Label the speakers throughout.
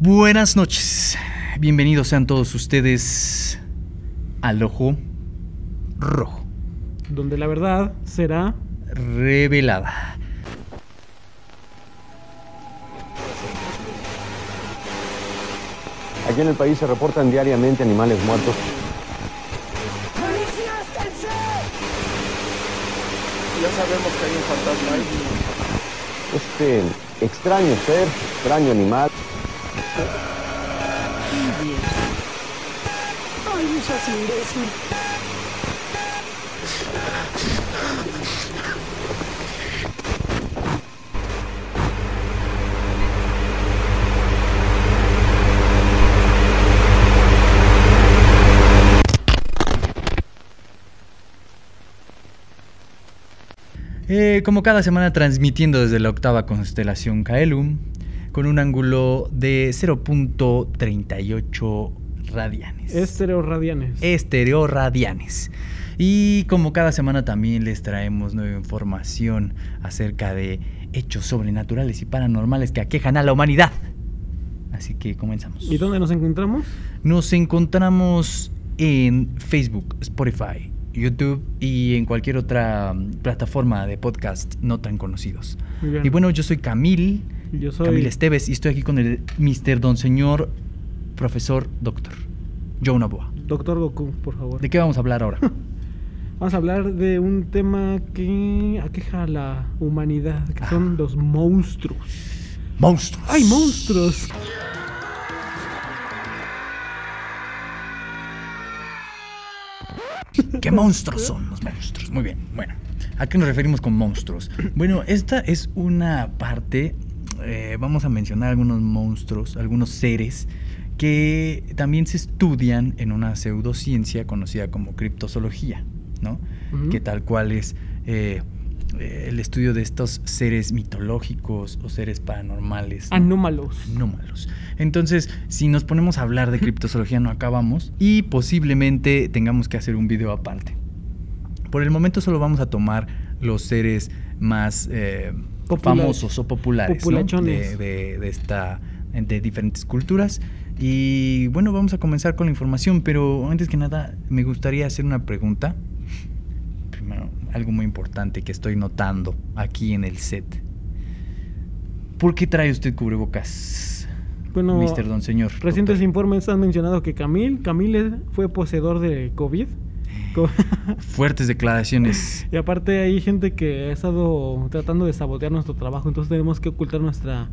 Speaker 1: Buenas noches. Bienvenidos sean todos ustedes al ojo rojo.
Speaker 2: Donde la verdad será
Speaker 1: Revelada.
Speaker 3: Aquí en el país se reportan diariamente animales muertos.
Speaker 4: Ya sabemos que hay un fantasma ahí.
Speaker 3: Este extraño ser, extraño animal.
Speaker 5: Ay, no seas imbécil.
Speaker 1: Eh, como cada semana transmitiendo desde la octava constelación Kaelum con un ángulo de 0.38 radianes.
Speaker 2: Estereo Radianes.
Speaker 1: Estereo radianes. Y como cada semana también les traemos nueva información acerca de hechos sobrenaturales y paranormales que aquejan a la humanidad. Así que comenzamos.
Speaker 2: ¿Y dónde nos encontramos?
Speaker 1: Nos encontramos en Facebook, Spotify, YouTube y en cualquier otra mm, plataforma de podcast no tan conocidos.
Speaker 2: Muy bien.
Speaker 1: Y bueno, yo soy Camil,
Speaker 2: yo soy
Speaker 1: Camil Esteves, y estoy aquí con el Mr. Don Señor Profesor Doctor, Jonah Boa.
Speaker 2: Doctor Goku, por favor.
Speaker 1: ¿De qué vamos a hablar ahora?
Speaker 2: Vamos a hablar de un tema que aqueja a la humanidad, que
Speaker 1: Ah.
Speaker 2: son los monstruos.
Speaker 1: Monstruos.
Speaker 2: ¡Ay, monstruos!
Speaker 1: ¿Qué monstruos son los monstruos? Muy bien, bueno. ¿A qué nos referimos con monstruos? Bueno, esta es una parte, eh, vamos a mencionar algunos monstruos, algunos seres que también se estudian en una pseudociencia conocida como criptozoología, ¿no?
Speaker 2: Ujú.
Speaker 1: Que tal cual es eh, eh, el estudio de estos seres mitológicos o seres paranormales. ¿no?
Speaker 2: Anómalos.
Speaker 1: anómalos. Entonces, si nos ponemos a hablar de criptozoología no acabamos y posiblemente tengamos que hacer un video aparte. Por el momento solo vamos a tomar los seres más eh,
Speaker 2: Populares.
Speaker 1: famosos o populares ¿no?
Speaker 2: Populachones.
Speaker 1: de, de- de esta de diferentes culturas. Y bueno, vamos a comenzar con la información, pero antes que nada me gustaría hacer una pregunta. Primero, algo muy importante que estoy notando aquí en el set. ¿Por qué trae usted cubrebocas?
Speaker 2: Bueno,
Speaker 1: Mr. Don Señor.
Speaker 2: Recientes
Speaker 1: doctor?
Speaker 2: informes han mencionado que Camil, Camil fue poseedor de COVID. Co-
Speaker 1: Fuertes declaraciones.
Speaker 2: Y aparte hay gente que ha estado tratando de sabotear nuestro trabajo, entonces tenemos que ocultar nuestra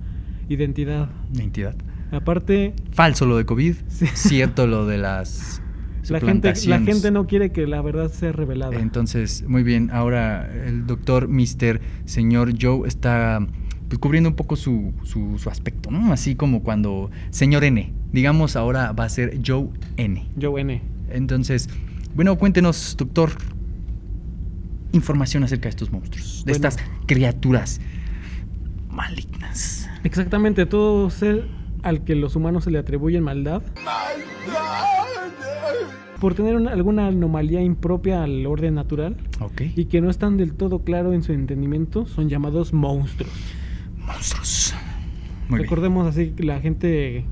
Speaker 2: identidad.
Speaker 1: de entidad.
Speaker 2: Aparte,
Speaker 1: Falso lo de COVID.
Speaker 2: Sí.
Speaker 1: Cierto lo de las
Speaker 2: la gente, la
Speaker 1: suplantaciones.
Speaker 2: gente no quiere que la verdad sea revelada.
Speaker 1: Entonces, muy bien. Ahora el doctor Mr. Señor Joe está pues, cubriendo un poco su, su, su aspecto, ¿no? Así como cuando señor N. Digamos ahora va a ser Joe N.
Speaker 2: Yo, N.
Speaker 1: Entonces, bueno, cuéntenos, doctor, información acerca de estos monstruos, de
Speaker 2: Bueno.
Speaker 1: estas criaturas malignas.
Speaker 2: Exactamente, todo ser al que los humanos se le atribuyen maldad, por tener una- alguna anomalía impropia al orden natural
Speaker 1: Ok.
Speaker 2: y que no están del todo claro en su entendimiento, son llamados monstruos.
Speaker 1: monstruos. Muy bien.
Speaker 2: Recordemos así que la gente.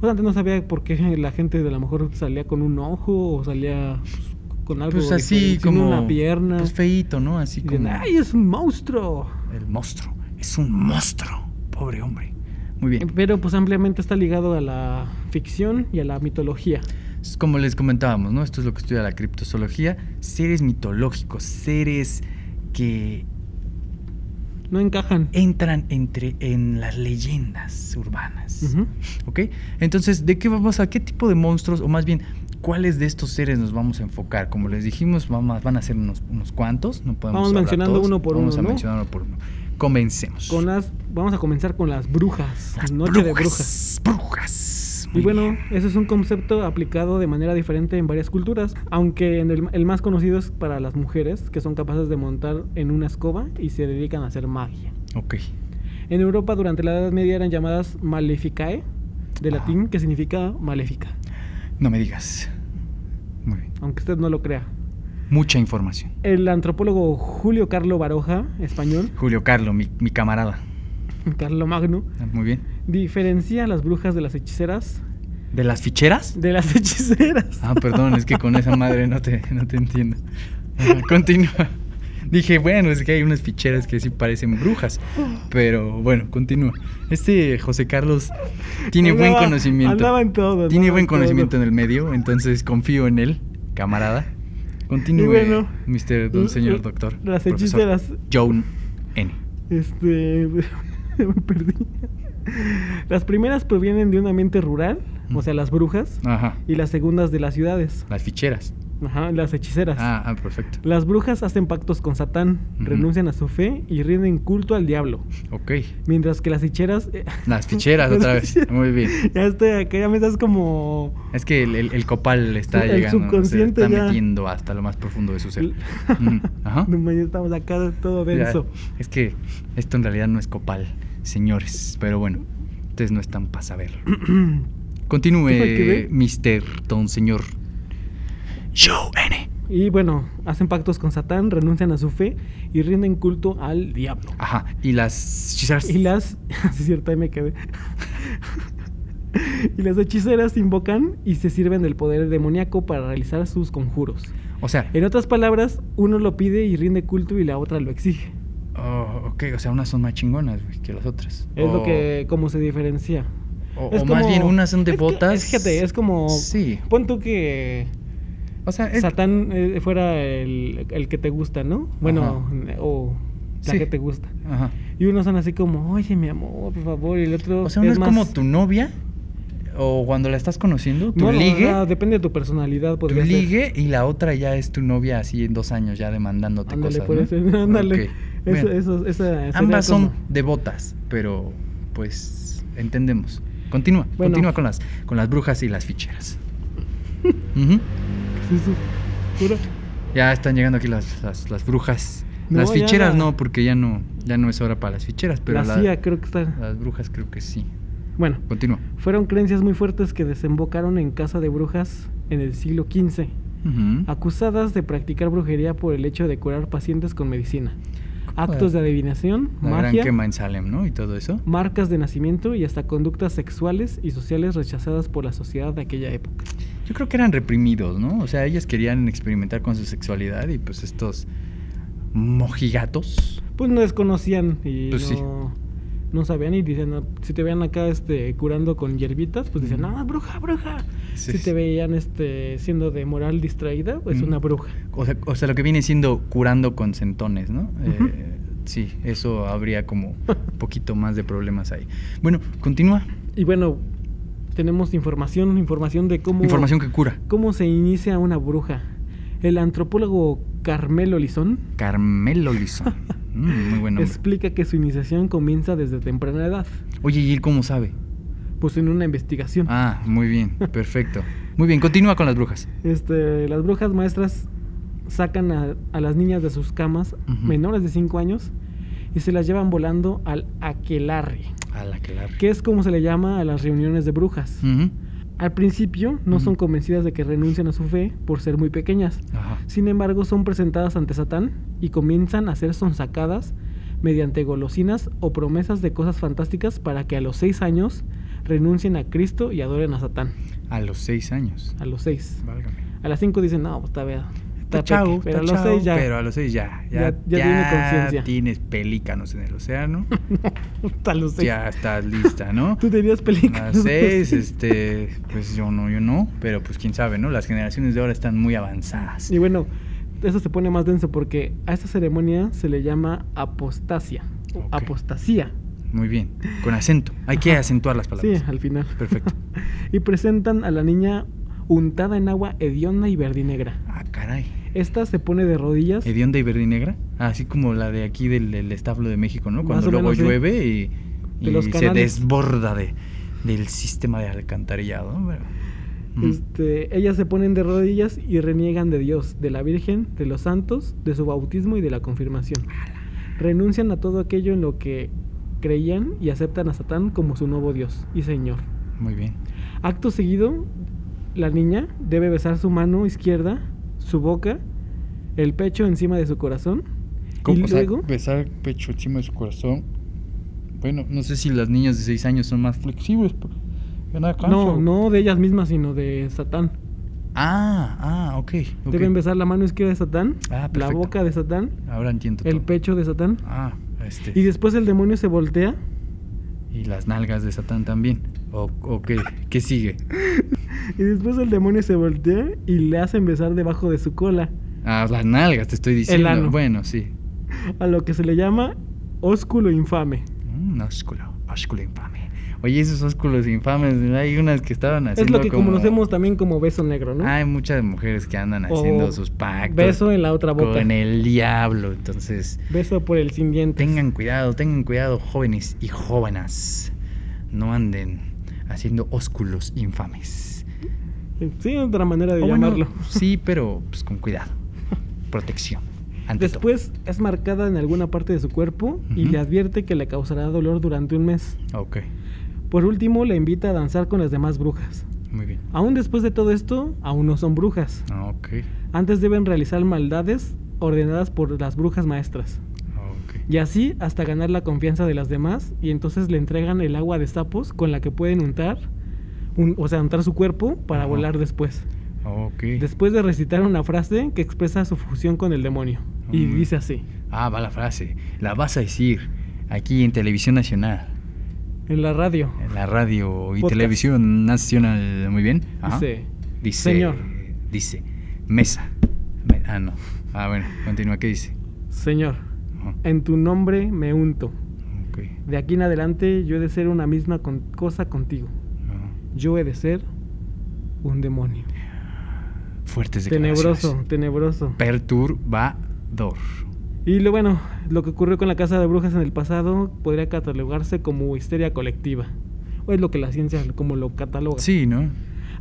Speaker 2: Pues antes no sabía por qué la gente de lo mejor salía con un ojo o salía pues, con algo.
Speaker 1: Pues así
Speaker 2: diferente, sin
Speaker 1: como
Speaker 2: Una pierna.
Speaker 1: Pues feíto, ¿no? Así
Speaker 2: Y dicen,
Speaker 1: como
Speaker 2: ¡Ay, es un monstruo!
Speaker 1: el monstruo. Es un monstruo. Pobre hombre. Muy bien.
Speaker 2: Pero pues ampliamente está ligado a la ficción y a la mitología.
Speaker 1: Es Como les comentábamos, ¿no? Esto es lo que estudia la criptozoología. Seres mitológicos, seres que
Speaker 2: No encajan.
Speaker 1: entran entre en las leyendas urbanas.
Speaker 2: Ujú.
Speaker 1: ¿Ok? Entonces, ¿de qué vamos a qué tipo de monstruos o más bien cuáles de estos seres nos vamos a enfocar? Como les dijimos, vamos, a- van a ser unos, unos cuantos, no podemos
Speaker 2: Vamos
Speaker 1: hablar
Speaker 2: mencionando
Speaker 1: todos,
Speaker 2: uno por
Speaker 1: vamos
Speaker 2: uno,
Speaker 1: a
Speaker 2: ¿no?
Speaker 1: mencionar uno por uno. Comencemos.
Speaker 2: Con las, vamos a comenzar con las brujas.
Speaker 1: Las
Speaker 2: noche de brujas.
Speaker 1: Brujas.
Speaker 2: Y
Speaker 1: Muy
Speaker 2: bueno,
Speaker 1: bien.
Speaker 2: ese es un concepto aplicado de manera diferente en varias culturas, aunque en el, el más conocido es para las mujeres, que son capaces de montar en una escoba y se dedican a hacer magia.
Speaker 1: Ok.
Speaker 2: En Europa durante la Edad Media eran llamadas maleficae, de
Speaker 1: Ajá.
Speaker 2: latín, que significa maléfica,
Speaker 1: No me digas. Muy bien.
Speaker 2: aunque usted no lo crea.
Speaker 1: Mucha información.
Speaker 2: El antropólogo Julio Carlo Baroja, español,
Speaker 1: Julio Carlo, mi, mi camarada.
Speaker 2: Carlo Magno,
Speaker 1: Ah, Muy bien.
Speaker 2: diferencia a las brujas de las hechiceras.
Speaker 1: ¿De las ficheras?
Speaker 2: De las hechiceras.
Speaker 1: Ah, perdón, es que con esa madre no te, no te entiendo. Ajá, Continúa. Dije, bueno, es que hay unas ficheras que sí parecen brujas. Pero bueno, continúa. Este José Carlos tiene buen
Speaker 2: Andaba-
Speaker 1: conocimiento.
Speaker 2: andaba en todo,
Speaker 1: Tiene
Speaker 2: andaba
Speaker 1: buen
Speaker 2: en todo.
Speaker 1: conocimiento en el medio, entonces confío en él, camarada. Continúe,
Speaker 2: Y bueno,
Speaker 1: Mr. Don
Speaker 2: l-
Speaker 1: Señor
Speaker 2: l-
Speaker 1: Doctor.
Speaker 2: las
Speaker 1: profesor
Speaker 2: hechiceras-
Speaker 1: Joan N.
Speaker 2: Este. me perdí. Las primeras provienen de un ambiente rural, o sea, las brujas,
Speaker 1: Ajá.
Speaker 2: y las segundas de las ciudades,
Speaker 1: Las ficheras.
Speaker 2: ajá, las hechiceras.
Speaker 1: Ah, ah, perfecto.
Speaker 2: Las brujas hacen pactos con Satán,
Speaker 1: Ujú.
Speaker 2: renuncian a su fe y rinden culto al diablo.
Speaker 1: Ok.
Speaker 2: Mientras que las hechiceras. eh,
Speaker 1: Las ficheras
Speaker 2: las
Speaker 1: otra vez.
Speaker 2: hechiceras-
Speaker 1: Muy bien.
Speaker 2: Ya estoy acá, ya me estás como.
Speaker 1: Es que el, el- el copal está
Speaker 2: El
Speaker 1: llegando,
Speaker 2: subconsciente
Speaker 1: se está
Speaker 2: ya.
Speaker 1: metiendo hasta lo más profundo de su ser. Ujú, Mm, Ajá.
Speaker 2: No, man, ya estamos acá todo
Speaker 1: Ya,
Speaker 2: denso.
Speaker 1: es que esto en realidad no es copal, señores, pero bueno, ustedes no están para saberlo.
Speaker 2: ¿Qué fue que
Speaker 1: Continúe,
Speaker 2: ve?
Speaker 1: Mr. Don Señor Joe N.
Speaker 2: Y bueno, hacen pactos con Satán, renuncian a su fe y rinden culto al diablo.
Speaker 1: Ajá, y las hechiceras.
Speaker 2: Y las. Sí, es cierto, ahí me quedé. y las hechiceras invocan y se sirven del poder demoníaco para realizar sus conjuros.
Speaker 1: O sea,
Speaker 2: En otras palabras, uno lo pide y rinde culto y la otra lo exige.
Speaker 1: oh, ok, o sea, unas son más chingonas güey, que las otras.
Speaker 2: Es lo
Speaker 1: O-
Speaker 2: que. como se diferencia.
Speaker 1: O,
Speaker 2: Es
Speaker 1: o más
Speaker 2: como-
Speaker 1: bien, unas son de
Speaker 2: es que-
Speaker 1: botas.
Speaker 2: es que te- es como.
Speaker 1: Sí.
Speaker 2: Pon tú que.
Speaker 1: O sea, es-
Speaker 2: Satán eh, fuera el, el que te gusta, ¿no? Bueno, o la
Speaker 1: Sí.
Speaker 2: que te gusta.
Speaker 1: Ajá.
Speaker 2: Y unos son así como, oye, mi amor, por favor. Y el otro.
Speaker 1: O sea, uno es,
Speaker 2: más-
Speaker 1: como tu novia o cuando la estás conociendo, tu
Speaker 2: No, no,
Speaker 1: ligue,
Speaker 2: no, depende de tu personalidad,
Speaker 1: tu
Speaker 2: podría ser.
Speaker 1: ligue y la otra ya es tu novia así en dos años ya demandándote
Speaker 2: Ándale,
Speaker 1: cosas.
Speaker 2: por
Speaker 1: ¿no?
Speaker 2: eso, ándale.
Speaker 1: Ok,
Speaker 2: Eso-
Speaker 1: bueno.
Speaker 2: eso- esa sería
Speaker 1: Ambas son
Speaker 2: como-
Speaker 1: devotas, pero pues entendemos. Continúa,
Speaker 2: Bueno.
Speaker 1: continúa con las con las brujas y las ficheras. Ujú.
Speaker 2: Sí, sí. Juro.
Speaker 1: Ya están llegando aquí las, las, las brujas.
Speaker 2: No,
Speaker 1: las
Speaker 2: ya
Speaker 1: ficheras
Speaker 2: la-
Speaker 1: no, porque ya no ya no es hora para las ficheras, pero
Speaker 2: la
Speaker 1: la- Ah.
Speaker 2: CIA creo que está.
Speaker 1: las brujas creo que sí.
Speaker 2: Bueno,
Speaker 1: Continúa.
Speaker 2: fueron creencias muy fuertes que desembocaron en casa de brujas en el siglo XV,
Speaker 1: Ujú.
Speaker 2: acusadas de practicar brujería por el hecho de curar pacientes con medicina, actos
Speaker 1: Joder.
Speaker 2: de adivinación,
Speaker 1: La gran
Speaker 2: magia,
Speaker 1: quema en Salem, ¿no? Y todo eso.
Speaker 2: marcas de nacimiento y hasta conductas sexuales y sociales rechazadas por la sociedad de aquella época.
Speaker 1: Yo creo que eran reprimidos, ¿no? O sea, ellas querían experimentar con su sexualidad y pues estos mojigatos.
Speaker 2: Pues no desconocían y
Speaker 1: Pues sí.
Speaker 2: no, no sabían y dicen, "Ah, si te vean acá este curando con hierbitas, pues dicen,
Speaker 1: Ujú.
Speaker 2: "Ah, bruja, bruja."
Speaker 1: Sí,
Speaker 2: si
Speaker 1: sí.
Speaker 2: te veían este siendo de moral distraída, pues
Speaker 1: Mm.
Speaker 2: una bruja.
Speaker 1: O sea, o sea, lo que viene siendo curando con sentones, ¿no?
Speaker 2: Ujú.
Speaker 1: Eh, sí, eso habría como un poquito más de problemas ahí. Bueno, continúa.
Speaker 2: Y bueno, tenemos información, información de cómo
Speaker 1: Información que cura.
Speaker 2: cómo se inicia una bruja. El antropólogo Carmelo Lizón
Speaker 1: Carmelo Lizón. Mm, muy buen nombre.
Speaker 2: explica que su iniciación comienza desde temprana edad,
Speaker 1: Oye, ¿y él cómo sabe?
Speaker 2: pues en una investigación.
Speaker 1: Ah, muy bien, perfecto. Muy bien, continúa con las brujas.
Speaker 2: Este, las brujas maestras sacan a, a las niñas de sus camas
Speaker 1: Ujú.
Speaker 2: menores de 5 años y se las llevan volando al aquelarre,
Speaker 1: A la que
Speaker 2: que es como se le llama a las reuniones de brujas. Al principio no
Speaker 1: Mm. Ujú.
Speaker 2: son convencidas de que renuncian a su fe por ser muy pequeñas.
Speaker 1: Ajá.
Speaker 2: Sin embargo, son presentadas ante Satán y comienzan a ser sonsacadas mediante golosinas o promesas de cosas fantásticas para que a los seis años renuncien a Cristo y adoren a Satán.
Speaker 1: A los seis años.
Speaker 2: A los seis.
Speaker 1: Válgame.
Speaker 2: A las cinco dicen, no, pues, está bien.
Speaker 1: Está chavo,
Speaker 2: peque". Pero
Speaker 1: está
Speaker 2: a los seis
Speaker 1: chavo,
Speaker 2: ya.
Speaker 1: Pero a los seis ya. Ya,
Speaker 2: Ya- ya tiene conciencia.
Speaker 1: tienes pelícanos en el océano.
Speaker 2: A los seis.
Speaker 1: ya estás lista, ¿no?
Speaker 2: Tú tenías
Speaker 1: A
Speaker 2: películas.
Speaker 1: las seis, este, pues yo no, yo no. Pero pues quién sabe, ¿no? Las generaciones de ahora están muy avanzadas.
Speaker 2: Y bueno, eso se pone más denso porque a esta ceremonia se le llama apostasia. o
Speaker 1: Ok.
Speaker 2: Apostasía.
Speaker 1: Muy bien. Con acento. Hay que
Speaker 2: Ajá.
Speaker 1: acentuar las
Speaker 2: Sí,
Speaker 1: palabras.
Speaker 2: al final.
Speaker 1: Perfecto.
Speaker 2: y presentan a la niña untada en agua hedionda y verdinegra.
Speaker 1: Ah, caray.
Speaker 2: Esta se pone de rodillas.
Speaker 1: Hedionda y verde y negra. Ah, Así como la de aquí del, del establo de México, ¿no?
Speaker 2: Más
Speaker 1: Cuando
Speaker 2: o
Speaker 1: luego
Speaker 2: menos, sí.
Speaker 1: llueve y,
Speaker 2: De
Speaker 1: y
Speaker 2: los
Speaker 1: se
Speaker 2: canales.
Speaker 1: desborda de, del sistema de alcantarillado. ¿no? Pero- mm. Ujú.
Speaker 2: Este, ellas se ponen de rodillas y reniegan de Dios, de la Virgen, de los santos, de su bautismo y de la confirmación. Renuncian a todo aquello en lo que creían y aceptan a Satán como su nuevo Dios y Señor.
Speaker 1: Muy bien.
Speaker 2: Acto seguido, la niña debe besar su mano izquierda, su boca el pecho encima de su corazón.
Speaker 1: ¿Cómo?
Speaker 2: y
Speaker 1: O sea,
Speaker 2: luego,
Speaker 1: besar el pecho encima de su corazón. Bueno, no sé si las niñas de 6 años son más flexibles. pero yo no
Speaker 2: no,
Speaker 1: alcanzo.
Speaker 2: no de ellas mismas, sino de Satán.
Speaker 1: Ah, ah, ok. ok.
Speaker 2: Deben besar la mano izquierda de Satán,
Speaker 1: Ah,
Speaker 2: la
Speaker 1: perfecto.
Speaker 2: boca de Satán,
Speaker 1: Ahora entiendo
Speaker 2: el
Speaker 1: todo.
Speaker 2: pecho de Satán.
Speaker 1: Ah, este.
Speaker 2: Y después el demonio se voltea
Speaker 1: Y las nalgas de Satán también. O, ok, ¿qué sigue?
Speaker 2: Y después el demonio se voltea y le hacen besar debajo de su cola,
Speaker 1: Ah, las nalgas, te estoy diciendo.
Speaker 2: ano.
Speaker 1: Bueno, sí.
Speaker 2: a lo que se le llama ósculo infame.
Speaker 1: Un ósculo, ósculo Mm, infame. Oye, esos ósculos infames, hay unas que estaban haciendo
Speaker 2: Es lo que
Speaker 1: Ah, como- Ah,
Speaker 2: conocemos también como beso negro, ¿no?
Speaker 1: Hay muchas mujeres que andan
Speaker 2: O
Speaker 1: haciendo sus pactos.
Speaker 2: Beso en la otra boca.
Speaker 1: Con el diablo, entonces...
Speaker 2: Beso por el sin dientes.
Speaker 1: Tengan cuidado, tengan cuidado, jóvenes y jóvenes. No anden haciendo ósculos infames.
Speaker 2: Sí, otra manera de
Speaker 1: O Oh, bueno,
Speaker 2: llamarlo.
Speaker 1: sí, pero pues, con cuidado. Protección. ante todo.
Speaker 2: Después es marcada en alguna parte de su cuerpo y
Speaker 1: Ujú.
Speaker 2: le advierte que le causará dolor durante un mes.
Speaker 1: Ok,
Speaker 2: Por último, le invita a danzar con las demás brujas.
Speaker 1: muy bien.
Speaker 2: Aún después de todo esto, aún no son brujas.
Speaker 1: Ok,
Speaker 2: Antes deben realizar maldades ordenadas por las brujas maestras.
Speaker 1: ok.
Speaker 2: Y así hasta ganar la confianza de las demás y entonces le entregan el agua de sapos con la que pueden untar, un- o sea, untar su cuerpo para
Speaker 1: Ajá.
Speaker 2: volar después.
Speaker 1: Ok.
Speaker 2: Después de recitar una frase que expresa su fusión con el demonio. Y
Speaker 1: Mm.
Speaker 2: dice así,
Speaker 1: Ah, va la frase. La vas a decir aquí en Televisión Nacional.
Speaker 2: en la radio.
Speaker 1: En la radio y
Speaker 2: Podcast.
Speaker 1: Televisión Nacional. Muy bien. Ajá.
Speaker 2: Dice,
Speaker 1: Dice.
Speaker 2: Señor.
Speaker 1: Dice. Mesa. Me- ah, no. Ah, bueno. Continúa. ¿Qué dice?
Speaker 2: Señor,
Speaker 1: Ajá.
Speaker 2: en tu nombre me unto.
Speaker 1: Ok.
Speaker 2: De aquí en adelante yo he de ser una misma con- cosa contigo.
Speaker 1: Ajá.
Speaker 2: Yo he de ser un demonio.
Speaker 1: Fuertes declaraciones.
Speaker 2: Tenebroso, tenebroso.
Speaker 1: Perturbador.
Speaker 2: Y lo bueno, lo que ocurrió con la casa de brujas en el pasado podría catalogarse como histeria colectiva. O es lo que la ciencia como lo cataloga.
Speaker 1: Sí, ¿no?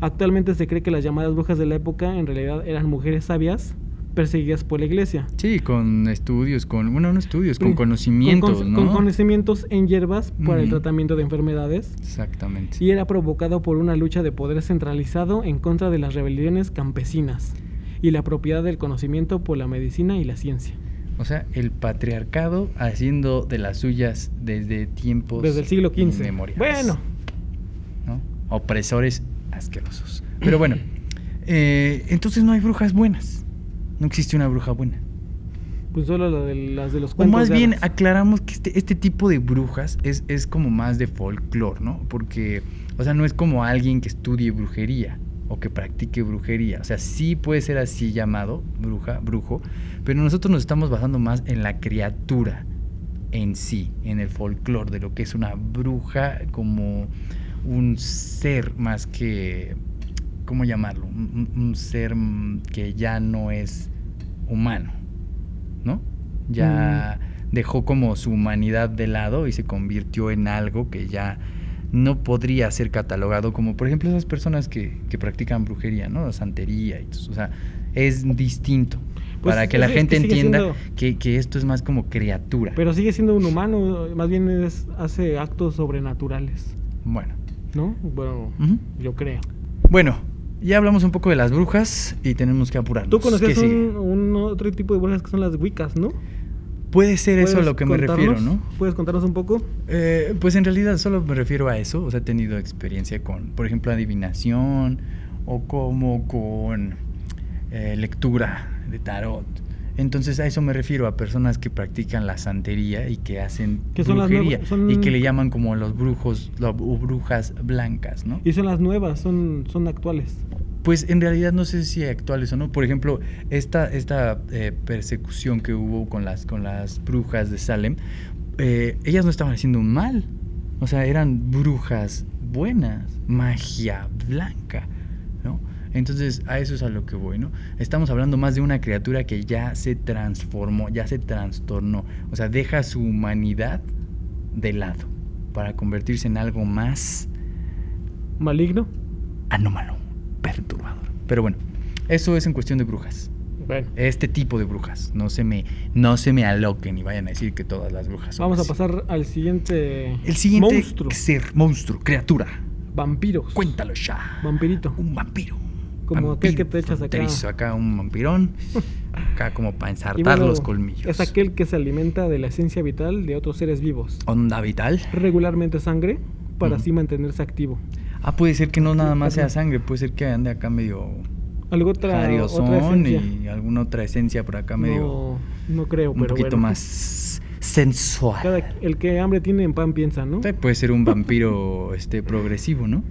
Speaker 2: Actualmente se cree que las llamadas brujas de la época en realidad eran mujeres sabias perseguidas por la iglesia.
Speaker 1: Sí, con estudios, con. Bueno, no estudios, Pues con
Speaker 2: Sí,
Speaker 1: conocimientos,
Speaker 2: con, con-
Speaker 1: ¿no?
Speaker 2: con conocimientos en hierbas para el
Speaker 1: Ujú.
Speaker 2: tratamiento de enfermedades
Speaker 1: Exactamente.
Speaker 2: y era provocado por una lucha de poder centralizado en contra de las rebeliones campesinas y la propiedad del conocimiento por la medicina y la ciencia.
Speaker 1: O sea, el patriarcado haciendo de las suyas desde tiempos.
Speaker 2: Desde el siglo XV.
Speaker 1: Pues inmemoriales,
Speaker 2: Bueno,
Speaker 1: ¿no? Opresores asquerosos. Pero bueno, eh, entonces no hay brujas buenas. No existe una bruja buena.
Speaker 2: pues solo lo de las de los
Speaker 1: O
Speaker 2: cuentos.
Speaker 1: más
Speaker 2: de
Speaker 1: bien
Speaker 2: hadas.
Speaker 1: aclaramos que este, este tipo de brujas es, es como más de folclore, ¿no? Porque, o sea, no es como alguien que estudie brujería o que practique brujería. O sea, sí puede ser así llamado, bruja, brujo, pero nosotros nos estamos basando más en la criatura en sí, en el folclore, de lo que es una bruja como un ser más que, ¿cómo llamarlo? Un, un- un ser mm, que ya no es humano, ¿no? Ya dejó como su humanidad de lado y se convirtió en algo que ya no podría ser catalogado como, por ejemplo, esas personas que, que practican brujería, ¿no? Santería y todo eso, O sea, es distinto.
Speaker 2: Pues
Speaker 1: para que
Speaker 2: es-
Speaker 1: la
Speaker 2: es que
Speaker 1: gente
Speaker 2: sigue
Speaker 1: entienda
Speaker 2: siendo-
Speaker 1: que, que esto es más como criatura.
Speaker 2: Pero sigue siendo un humano, más bien es, hace actos sobrenaturales,
Speaker 1: Bueno.
Speaker 2: ¿no? Bueno,
Speaker 1: Ujú.
Speaker 2: yo creo.
Speaker 1: Bueno, ya hablamos un poco de las brujas y tenemos que apurarnos.
Speaker 2: Tú conocías
Speaker 1: ¿Qué sigue?
Speaker 2: un, un otro tipo de brujas que son las wiccas, ¿no?
Speaker 1: Puede ser eso a
Speaker 2: ¿Puedes
Speaker 1: lo que me refiero,
Speaker 2: contarnos?
Speaker 1: ¿no?
Speaker 2: ¿Puedes contarnos un poco?
Speaker 1: Eh, pues en realidad solo me refiero a eso. O sea, he tenido experiencia con, por ejemplo, adivinación o como con eh, lectura de tarot. Entonces a eso me refiero a personas que practican la santería y que hacen
Speaker 2: Que son las
Speaker 1: brujería
Speaker 2: nuevas- son-
Speaker 1: y que le llaman como los brujos lo- o brujas blancas, ¿no?
Speaker 2: Y son las nuevas, son, son actuales.
Speaker 1: Pues en realidad no sé si actuales o no. Por ejemplo, esta, esta eh, persecución que hubo con las, con las brujas de Salem, eh, ellas no estaban haciendo un mal. O sea, eran brujas buenas, magia blanca, ¿no? Entonces, a eso es a lo que voy, ¿no? Estamos hablando más de una criatura que ya se transformó, ya se trastornó. O sea, deja su humanidad de lado para convertirse en algo más
Speaker 2: ¿Maligno?
Speaker 1: anómalo, perturbador. Pero bueno, eso es en cuestión de brujas.
Speaker 2: Bueno.
Speaker 1: Este tipo de brujas. No se me, no se me aloquen y vayan a decir que todas las brujas son
Speaker 2: Vamos a
Speaker 1: así.
Speaker 2: pasar al siguiente...
Speaker 1: El siguiente
Speaker 2: Monstruo.
Speaker 1: ser, monstruo, criatura.
Speaker 2: Vampiros.
Speaker 1: Cuéntalo ya.
Speaker 2: Vampirito.
Speaker 1: Un vampiro.
Speaker 2: Como aquel que te echas acá.
Speaker 1: fronterizo, acá un vampirón. Acá como
Speaker 2: Y
Speaker 1: para ensartar
Speaker 2: bueno,
Speaker 1: los colmillos.
Speaker 2: Es aquel que se alimenta de la esencia vital de otros seres vivos,
Speaker 1: Onda vital.
Speaker 2: regularmente sangre, para
Speaker 1: Ujú.
Speaker 2: así mantenerse activo.
Speaker 1: Ah, puede ser que no nada más sea
Speaker 2: Ajá.
Speaker 1: sangre, puede ser que ande acá medio
Speaker 2: Algo otra, otra
Speaker 1: jariosón
Speaker 2: esencia.
Speaker 1: y alguna otra esencia por acá medio
Speaker 2: No, no creo,
Speaker 1: un
Speaker 2: pero
Speaker 1: poquito
Speaker 2: bueno.
Speaker 1: más sensual.
Speaker 2: Cada- el que hambre tiene en pan piensa, ¿no?
Speaker 1: Sí, Puede ser un vampiro este progresivo, ¿no?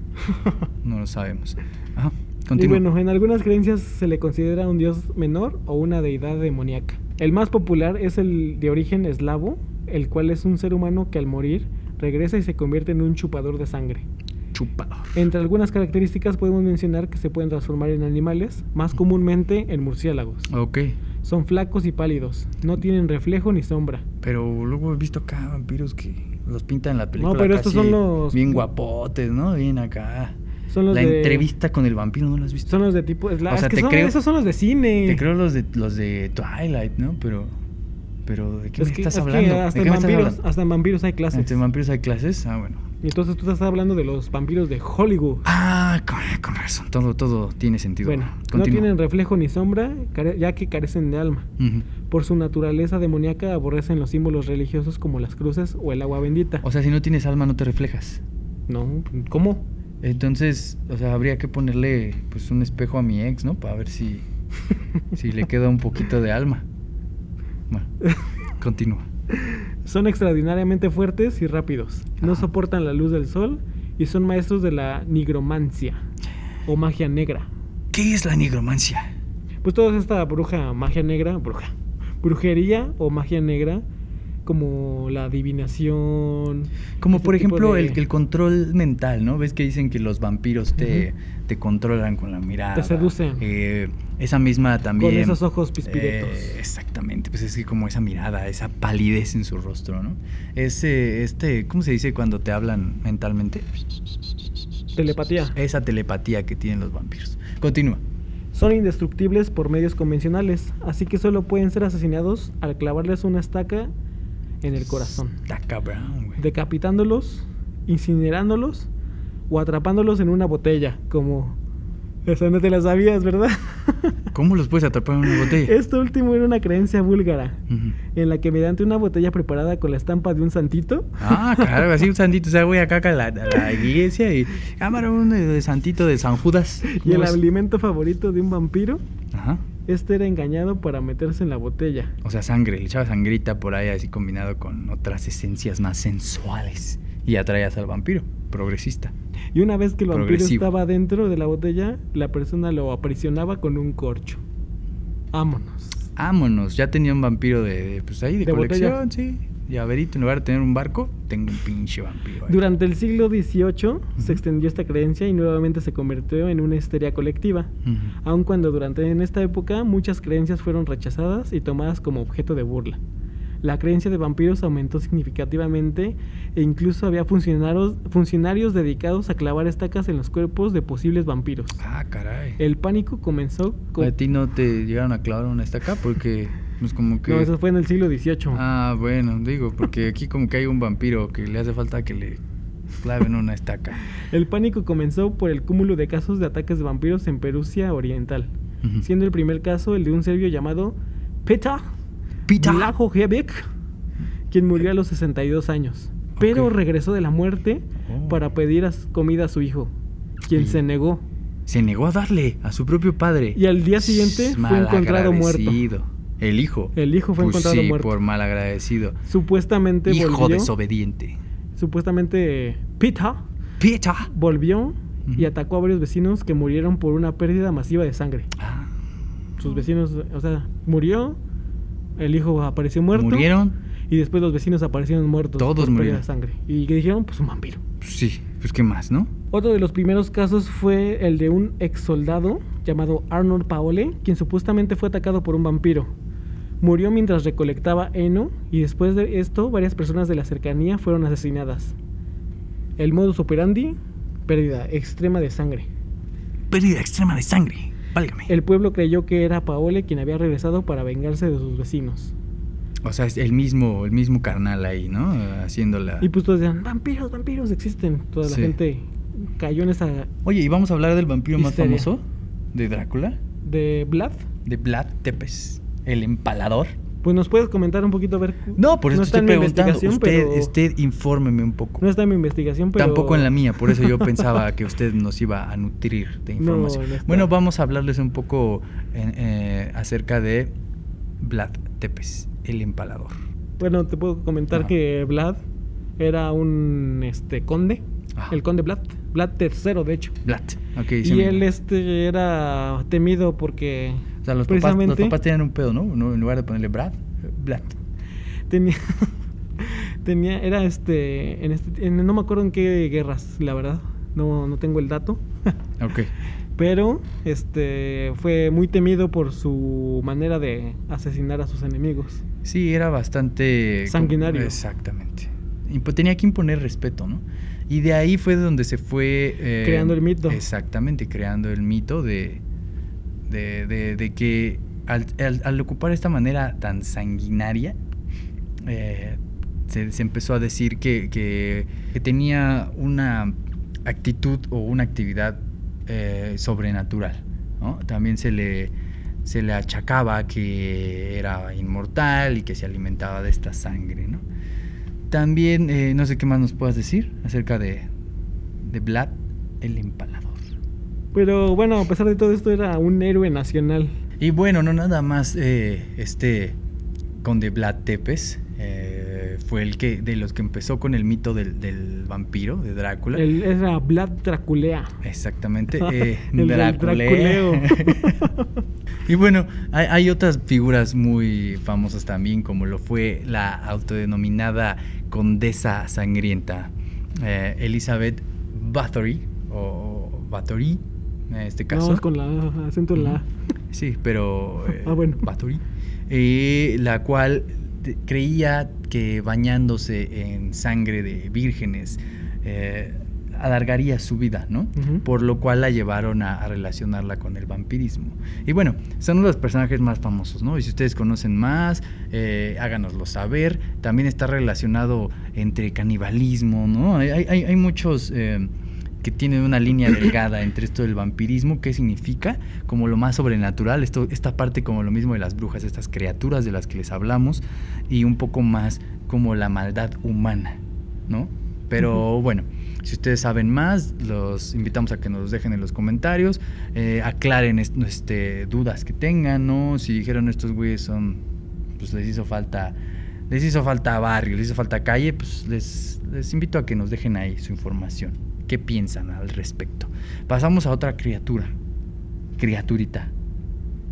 Speaker 1: No lo sabemos. Ajá,
Speaker 2: Y
Speaker 1: continúa.
Speaker 2: bueno, en algunas creencias se le considera un dios menor o una deidad demoníaca. El más popular es el de origen eslavo, el cual es un ser humano que al morir regresa y se convierte en un chupador de sangre.
Speaker 1: Chupador.
Speaker 2: Entre algunas características podemos mencionar que se pueden transformar en animales, más comúnmente en murciélagos.
Speaker 1: Ok,
Speaker 2: Son flacos y pálidos, no tienen reflejo ni sombra.
Speaker 1: pero luego he visto acá vampiros que los pintan en la película.
Speaker 2: pero
Speaker 1: acá
Speaker 2: estos
Speaker 1: así,
Speaker 2: son los-
Speaker 1: Bien guapotes, ¿no? Bien acá.
Speaker 2: Son los
Speaker 1: la
Speaker 2: de
Speaker 1: entrevista con el vampiro, ¿no lo has visto?
Speaker 2: Son los de tipo esla-
Speaker 1: O sea,
Speaker 2: es que
Speaker 1: te
Speaker 2: son-
Speaker 1: creo-
Speaker 2: esos son los de cine.
Speaker 1: Te creo los de, los de Twilight, ¿no? Pero, pero ¿de qué
Speaker 2: Es
Speaker 1: me
Speaker 2: que-
Speaker 1: estás
Speaker 2: es que
Speaker 1: hablando?
Speaker 2: hasta
Speaker 1: ¿De
Speaker 2: en
Speaker 1: qué me estás
Speaker 2: vampiros,
Speaker 1: hablando? Este
Speaker 2: hasta en vampiros hay clases.
Speaker 1: ¿Entre vampiros hay clases? Ah, bueno.
Speaker 2: Y Entonces tú estás hablando de los vampiros de Hollywood.
Speaker 1: Ah, con, con razón. Todo, todo tiene sentido.
Speaker 2: bueno, no
Speaker 1: Continúa.
Speaker 2: tienen reflejo ni sombra, care- ya que carecen de alma.
Speaker 1: Ujú.
Speaker 2: Por su naturaleza demoníaca aborrecen los símbolos religiosos como las cruces o el agua bendita.
Speaker 1: O sea, si no tienes alma, no te reflejas.
Speaker 2: no, ¿cómo?
Speaker 1: Entonces, o sea, habría que ponerle pues un espejo a mi ex, ¿no? Para ver si, si le queda un poquito de alma. Bueno, continúa.
Speaker 2: Son extraordinariamente fuertes y rápidos. No
Speaker 1: Ajá.
Speaker 2: soportan la luz del sol y son maestros de la nigromancia o magia negra.
Speaker 1: ¿Qué es la nigromancia?
Speaker 2: Pues toda esta bruja, magia negra, bruja, brujería o magia negra, como la adivinación.
Speaker 1: Como
Speaker 2: este tipo
Speaker 1: por ejemplo
Speaker 2: de-
Speaker 1: el, el control mental, ¿no? Ves que dicen que los vampiros te,
Speaker 2: Ujú.
Speaker 1: te controlan con la mirada.
Speaker 2: seducen.
Speaker 1: Eh, esa misma también.
Speaker 2: esos ojos pispiretos.
Speaker 1: Eh, exactamente, pues es que como esa mirada, esa palidez en su rostro, ¿no? Ese, este, ¿cómo se dice cuando te hablan mentalmente?
Speaker 2: Telepatía.
Speaker 1: Esa telepatía que tienen los vampiros. Continúa.
Speaker 2: Son indestructibles por medios convencionales, así que solo pueden ser asesinados al clavarles una estaca en el corazón,
Speaker 1: Está cabrón, güey.
Speaker 2: decapitándolos, incinerándolos o atrapándolos en una botella, como... Esa no te la sabías, ¿verdad?
Speaker 1: ¿Cómo los puedes atrapar en una botella?
Speaker 2: Esto último era una creencia búlgara,
Speaker 1: Ujú.
Speaker 2: en la que mediante una botella preparada con la estampa de un santito,
Speaker 1: Ah, claro, así un santito. O sea, voy acá a la, a la iglesia y cámara un eh, santito de San Judas.
Speaker 2: y el
Speaker 1: ¿Cómo ves?
Speaker 2: alimento favorito de un vampiro,
Speaker 1: Ajá.
Speaker 2: este era engañado para meterse en la botella.
Speaker 1: O sea, sangre. Le echaba sangrita por ahí, así combinado con otras esencias más sensuales. Y atraías al vampiro, progresista.
Speaker 2: Y una vez que el vampiro
Speaker 1: Progresivo.
Speaker 2: estaba dentro de la botella, la persona lo aprisionaba con un corcho. Vámonos.
Speaker 1: Vámonos, ya tenía un vampiro de, de, pues ahí, de,
Speaker 2: De
Speaker 1: colección,
Speaker 2: botella.
Speaker 1: sí. Llaverito, en lugar de tener un barco, tengo un pinche vampiro. ahí.
Speaker 2: Durante el siglo XVIII se extendió esta creencia y nuevamente se convirtió en una histeria colectiva.
Speaker 1: Ujú.
Speaker 2: Aun cuando durante en esta época muchas creencias fueron rechazadas y tomadas como objeto de burla. La creencia de vampiros aumentó significativamente e incluso había funcionarios, funcionarios dedicados a clavar estacas en los cuerpos de posibles vampiros.
Speaker 1: Ah, caray.
Speaker 2: El pánico comenzó con...
Speaker 1: A ti no te llegaron a clavar una estaca porque pues como que
Speaker 2: No, eso fue en el siglo XVIII.
Speaker 1: Ah, bueno, digo, porque aquí como que hay un vampiro que le hace falta que le claven una estaca.
Speaker 2: El pánico comenzó por el cúmulo de casos de ataques de vampiros en Perusia Oriental,
Speaker 1: Ujú.
Speaker 2: siendo el primer caso el de un serbio llamado Petar
Speaker 1: Pita.
Speaker 2: Blajojevic, quien murió a los 62 años, pero
Speaker 1: Ok.
Speaker 2: regresó de la muerte
Speaker 1: Oh.
Speaker 2: para pedir as- comida a su hijo, quien
Speaker 1: Y-
Speaker 2: se negó.
Speaker 1: Se negó a darle a su propio padre.
Speaker 2: Y al día siguiente fue encontrado muerto.
Speaker 1: Malagradecido. El hijo.
Speaker 2: El hijo fue
Speaker 1: Pues
Speaker 2: encontrado
Speaker 1: sí,
Speaker 2: muerto.
Speaker 1: por mal agradecido.
Speaker 2: Supuestamente
Speaker 1: Hijo
Speaker 2: volvió,
Speaker 1: desobediente.
Speaker 2: supuestamente Petar
Speaker 1: Pita.
Speaker 2: volvió
Speaker 1: Ujú.
Speaker 2: y atacó a varios vecinos que murieron por una pérdida masiva de sangre.
Speaker 1: Ah,
Speaker 2: sus vecinos, o sea, murió, el hijo apareció muerto.
Speaker 1: ¿Murieron?
Speaker 2: Y después los vecinos aparecieron muertos.
Speaker 1: Todos
Speaker 2: por pérdida
Speaker 1: murieron.
Speaker 2: de sangre. Y que dijeron, pues un vampiro.
Speaker 1: Pues sí, pues qué más, ¿no?
Speaker 2: Otro de los primeros casos fue el de un ex soldado llamado Arnold Paole, quien supuestamente fue atacado por un vampiro. Murió mientras recolectaba heno y después de esto varias personas de la cercanía fueron asesinadas. El modus operandi, pérdida extrema de sangre.
Speaker 1: Pérdida extrema de sangre. Válgame.
Speaker 2: El pueblo creyó que era Paole quien había regresado para vengarse de sus vecinos.
Speaker 1: O sea, es el mismo, el mismo carnal ahí, ¿no? Haciéndola.
Speaker 2: Y pues todos decían, vampiros, vampiros existen. Toda
Speaker 1: Sí.
Speaker 2: la gente cayó en esa
Speaker 1: Oye, ¿y vamos a hablar del vampiro más
Speaker 2: Histeria.
Speaker 1: famoso? ¿De Drácula?
Speaker 2: de Vlad.
Speaker 1: De Vlad Tepes. el empalador.
Speaker 2: Pues nos puedes comentar un poquito a ver. cu-
Speaker 1: No, por eso
Speaker 2: está
Speaker 1: estoy
Speaker 2: en mi
Speaker 1: preguntando.
Speaker 2: investigación,
Speaker 1: Usted,
Speaker 2: pero-
Speaker 1: usted infórmeme un poco.
Speaker 2: No está en mi investigación, pero.
Speaker 1: Tampoco en la mía, por eso yo pensaba que usted nos iba a nutrir de
Speaker 2: No,
Speaker 1: información.
Speaker 2: no está.
Speaker 1: bueno, vamos a hablarles un poco en- eh, acerca de Vlad Tepes, el empalador.
Speaker 2: Bueno, te puedo comentar
Speaker 1: Ajá.
Speaker 2: que Vlad era un este conde,
Speaker 1: Ajá.
Speaker 2: el conde Vlad, Vlad III, de hecho.
Speaker 1: Vlad. ok, se
Speaker 2: Y
Speaker 1: Ah. me-
Speaker 2: él este era temido porque
Speaker 1: O sea, los papás, los
Speaker 2: precisamente
Speaker 1: papás tenían un pedo, ¿no? ¿no? En lugar de ponerle Brad, Vlad.
Speaker 2: tenía tenía era este en este en- no me acuerdo en qué guerras, la verdad. No no tengo el dato,
Speaker 1: Ok.
Speaker 2: pero este fue muy temido por su manera de asesinar a sus enemigos.
Speaker 1: Sí, era bastante... como-
Speaker 2: Sanguinario.
Speaker 1: Exactamente. Impo- tenía que imponer respeto, ¿no? Y de ahí fue donde se fue... eh,
Speaker 2: Creando el mito.
Speaker 1: Exactamente, creando el mito de, de, de- de que al, al- al ocupar esta manera tan sanguinaria, eh, se, se empezó a decir que, que- que tenía una actitud o una actividad eh, sobrenatural. ¿no? También se le, se le achacaba que era inmortal y que se alimentaba de esta sangre. ¿no? También, eh, no sé qué más nos puedas decir acerca de, de Vlad el Empalador.
Speaker 2: Pero bueno, a pesar de todo esto era un héroe nacional.
Speaker 1: Y bueno, no nada más eh, este conde Vlad Tepes eh, fue el que de los que empezó con el mito del, del vampiro de Drácula.
Speaker 2: Él era Vlad Draculea.
Speaker 1: Exactamente, eh,
Speaker 2: El del
Speaker 1: Draculeo.
Speaker 2: Draculeo.
Speaker 1: y bueno, hay, hay otras figuras muy famosas también, como lo fue la autodenominada condesa sangrienta, eh, Elizabeth Bathory, o Bathory, en este caso.
Speaker 2: No, es con la ajá, acento en la A.
Speaker 1: Sí, pero. eh,
Speaker 2: Ah, bueno.
Speaker 1: Bathory. Eh, la cual de- creía que bañándose en sangre de vírgenes eh, alargaría su vida, ¿no?
Speaker 2: Ujú.
Speaker 1: Por lo cual la llevaron a, a relacionarla con el vampirismo. Y bueno, son uno de los personajes más famosos, ¿no? Y si ustedes conocen más, eh, háganoslo saber. También está relacionado entre canibalismo, ¿no? Hay, hay- hay muchos. eh, que tienen una línea delgada entre esto del vampirismo, que significa como lo más sobrenatural, esto, esta parte como lo mismo de las brujas, estas criaturas de las que les hablamos, y un poco más como la maldad humana, ¿no? Pero bueno, si ustedes saben más, los invitamos a que nos dejen en los comentarios, eh, aclaren est- este, dudas que tengan, ¿no? Si dijeron estos güeyes son, pues les hizo falta... Les hizo falta barrio, les hizo falta calle, pues les, les invito a que nos dejen ahí su información. ¿Qué piensan al respecto? Pasamos a otra criatura. Criaturita.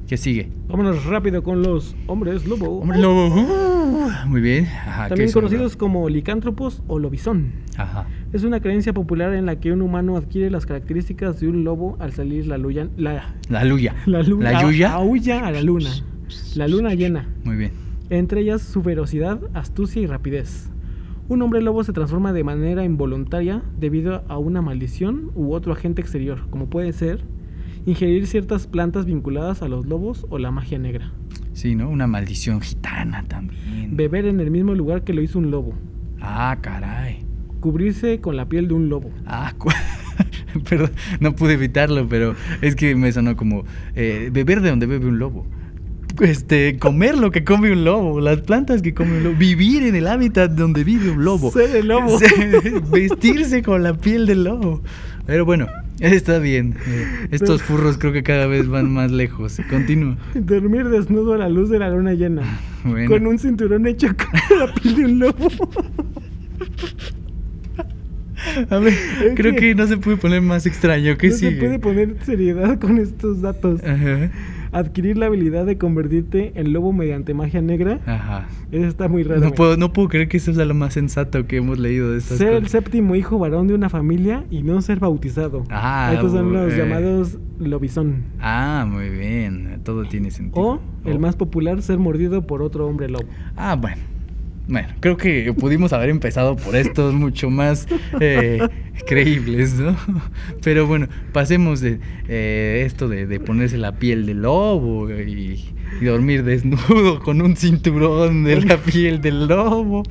Speaker 1: ¿Qué sigue?
Speaker 2: Vámonos rápido con los hombres lobo.
Speaker 1: Hombre lobo. Uh, muy bien. Ajá, ¿qué
Speaker 2: También
Speaker 1: es un
Speaker 2: conocidos
Speaker 1: lobo?
Speaker 2: como licántropos o lobizón.
Speaker 1: Ajá.
Speaker 2: Es una creencia popular en la que un humano adquiere las características de un lobo al salir la luya, la,
Speaker 1: La luya.
Speaker 2: la luna,
Speaker 1: La yuya.
Speaker 2: aúlla a la luna, la luna llena.
Speaker 1: Muy bien.
Speaker 2: Entre ellas su ferocidad, astucia y rapidez. Un hombre lobo se transforma de manera involuntaria debido a una maldición u otro agente exterior, como puede ser ingerir ciertas plantas vinculadas a los lobos o la magia negra,
Speaker 1: Sí, ¿no? Una maldición gitana también.
Speaker 2: beber en el mismo lugar que lo hizo un lobo,
Speaker 1: Ah, caray.
Speaker 2: cubrirse con la piel de un lobo.
Speaker 1: Ah, cu- perdón, no pude evitarlo, pero es que me sonó como eh, beber de donde bebe un lobo. Este, comer lo que come un lobo, las plantas que come un lobo, vivir en el hábitat donde vive un lobo.
Speaker 2: Ser el lobo.
Speaker 1: Se- vestirse con la piel del lobo. Pero bueno, está bien. eh, estos furros creo que cada vez van más lejos. Continúa.
Speaker 2: Dormir desnudo a la luz de la luna llena,
Speaker 1: Bueno.
Speaker 2: con un cinturón hecho con la piel de un lobo.
Speaker 1: A ver,
Speaker 2: Es
Speaker 1: creo
Speaker 2: que-
Speaker 1: que no se puede poner más extraño. ¿Qué
Speaker 2: no
Speaker 1: sigue? Ah,
Speaker 2: se puede poner seriedad con estos datos.
Speaker 1: Ajá,
Speaker 2: Adquirir la habilidad de convertirte en lobo mediante magia negra.
Speaker 1: ajá.
Speaker 2: Eso está muy raro.
Speaker 1: Ah. No
Speaker 2: güey.
Speaker 1: puedo, no puedo creer que eso sea lo más sensato que hemos leído de estas
Speaker 2: Ser el
Speaker 1: cosas.
Speaker 2: séptimo hijo varón de una familia y no ser bautizado.
Speaker 1: Ah,
Speaker 2: Estos son los
Speaker 1: eh.
Speaker 2: llamados lobizón.
Speaker 1: Ah, muy bien. Todo tiene sentido.
Speaker 2: O el
Speaker 1: Oh.
Speaker 2: más popular, ser mordido por otro hombre lobo.
Speaker 1: Ah, bueno. Bueno, creo que pudimos haber empezado por estos mucho más eh, creíbles, ¿no? Pero bueno, pasemos de eh, esto de, de ponerse la piel de lobo y, y dormir desnudo con un cinturón de la piel del lobo.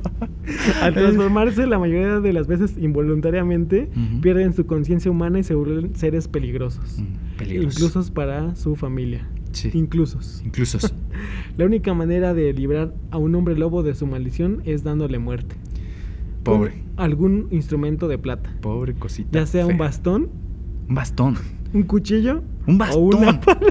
Speaker 2: Al transformarse la mayoría de las veces involuntariamente,
Speaker 1: Ujú.
Speaker 2: pierden su conciencia humana y se vuelven seres peligrosos.
Speaker 1: Mm, peligroso.
Speaker 2: Incluso para su familia.
Speaker 1: Sí.
Speaker 2: inclusos.
Speaker 1: Incluso.
Speaker 2: La única manera de librar a un hombre lobo de su maldición es dándole muerte. Con
Speaker 1: Pobre. Ah,
Speaker 2: algún instrumento de plata.
Speaker 1: Pobre cosita.
Speaker 2: Ya sea un
Speaker 1: fea.
Speaker 2: bastón,
Speaker 1: Un bastón.
Speaker 2: un cuchillo.
Speaker 1: Un
Speaker 2: o una
Speaker 1: bastón.
Speaker 2: pala.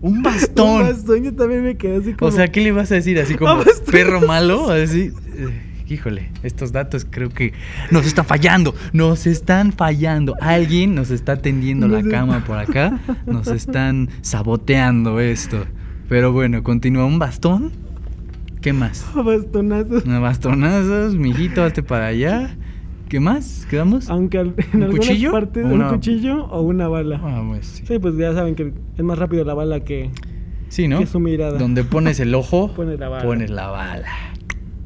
Speaker 1: Un
Speaker 2: Un
Speaker 1: bastón.
Speaker 2: bastón, yo también me quedé así como.
Speaker 1: O sea, ¿qué le vas a decir? Así como
Speaker 2: Un bastón.
Speaker 1: perro malo, así. Eh, Híjole, estos datos creo que nos están fallando, nos están fallando. Alguien nos está tendiendo la
Speaker 2: Nos está-
Speaker 1: cama por acá, nos están saboteando esto. Pero bueno, continúa un bastón. ¿Qué más?
Speaker 2: bastonazos.
Speaker 1: Unos Bastonazos, mijito, hazte para allá. ¿Qué más? ¿Quedamos?
Speaker 2: Aunque al- en
Speaker 1: ¿Un
Speaker 2: algunas
Speaker 1: cuchillo?
Speaker 2: partes
Speaker 1: ¿O
Speaker 2: un
Speaker 1: una-
Speaker 2: cuchillo o una bala.
Speaker 1: Ah, pues sí.
Speaker 2: Sí, pues ya saben que es más rápido la bala que.
Speaker 1: Sí, ¿no?
Speaker 2: que su mirada.
Speaker 1: Donde pones el ojo,
Speaker 2: Pones la bala.
Speaker 1: pones la bala.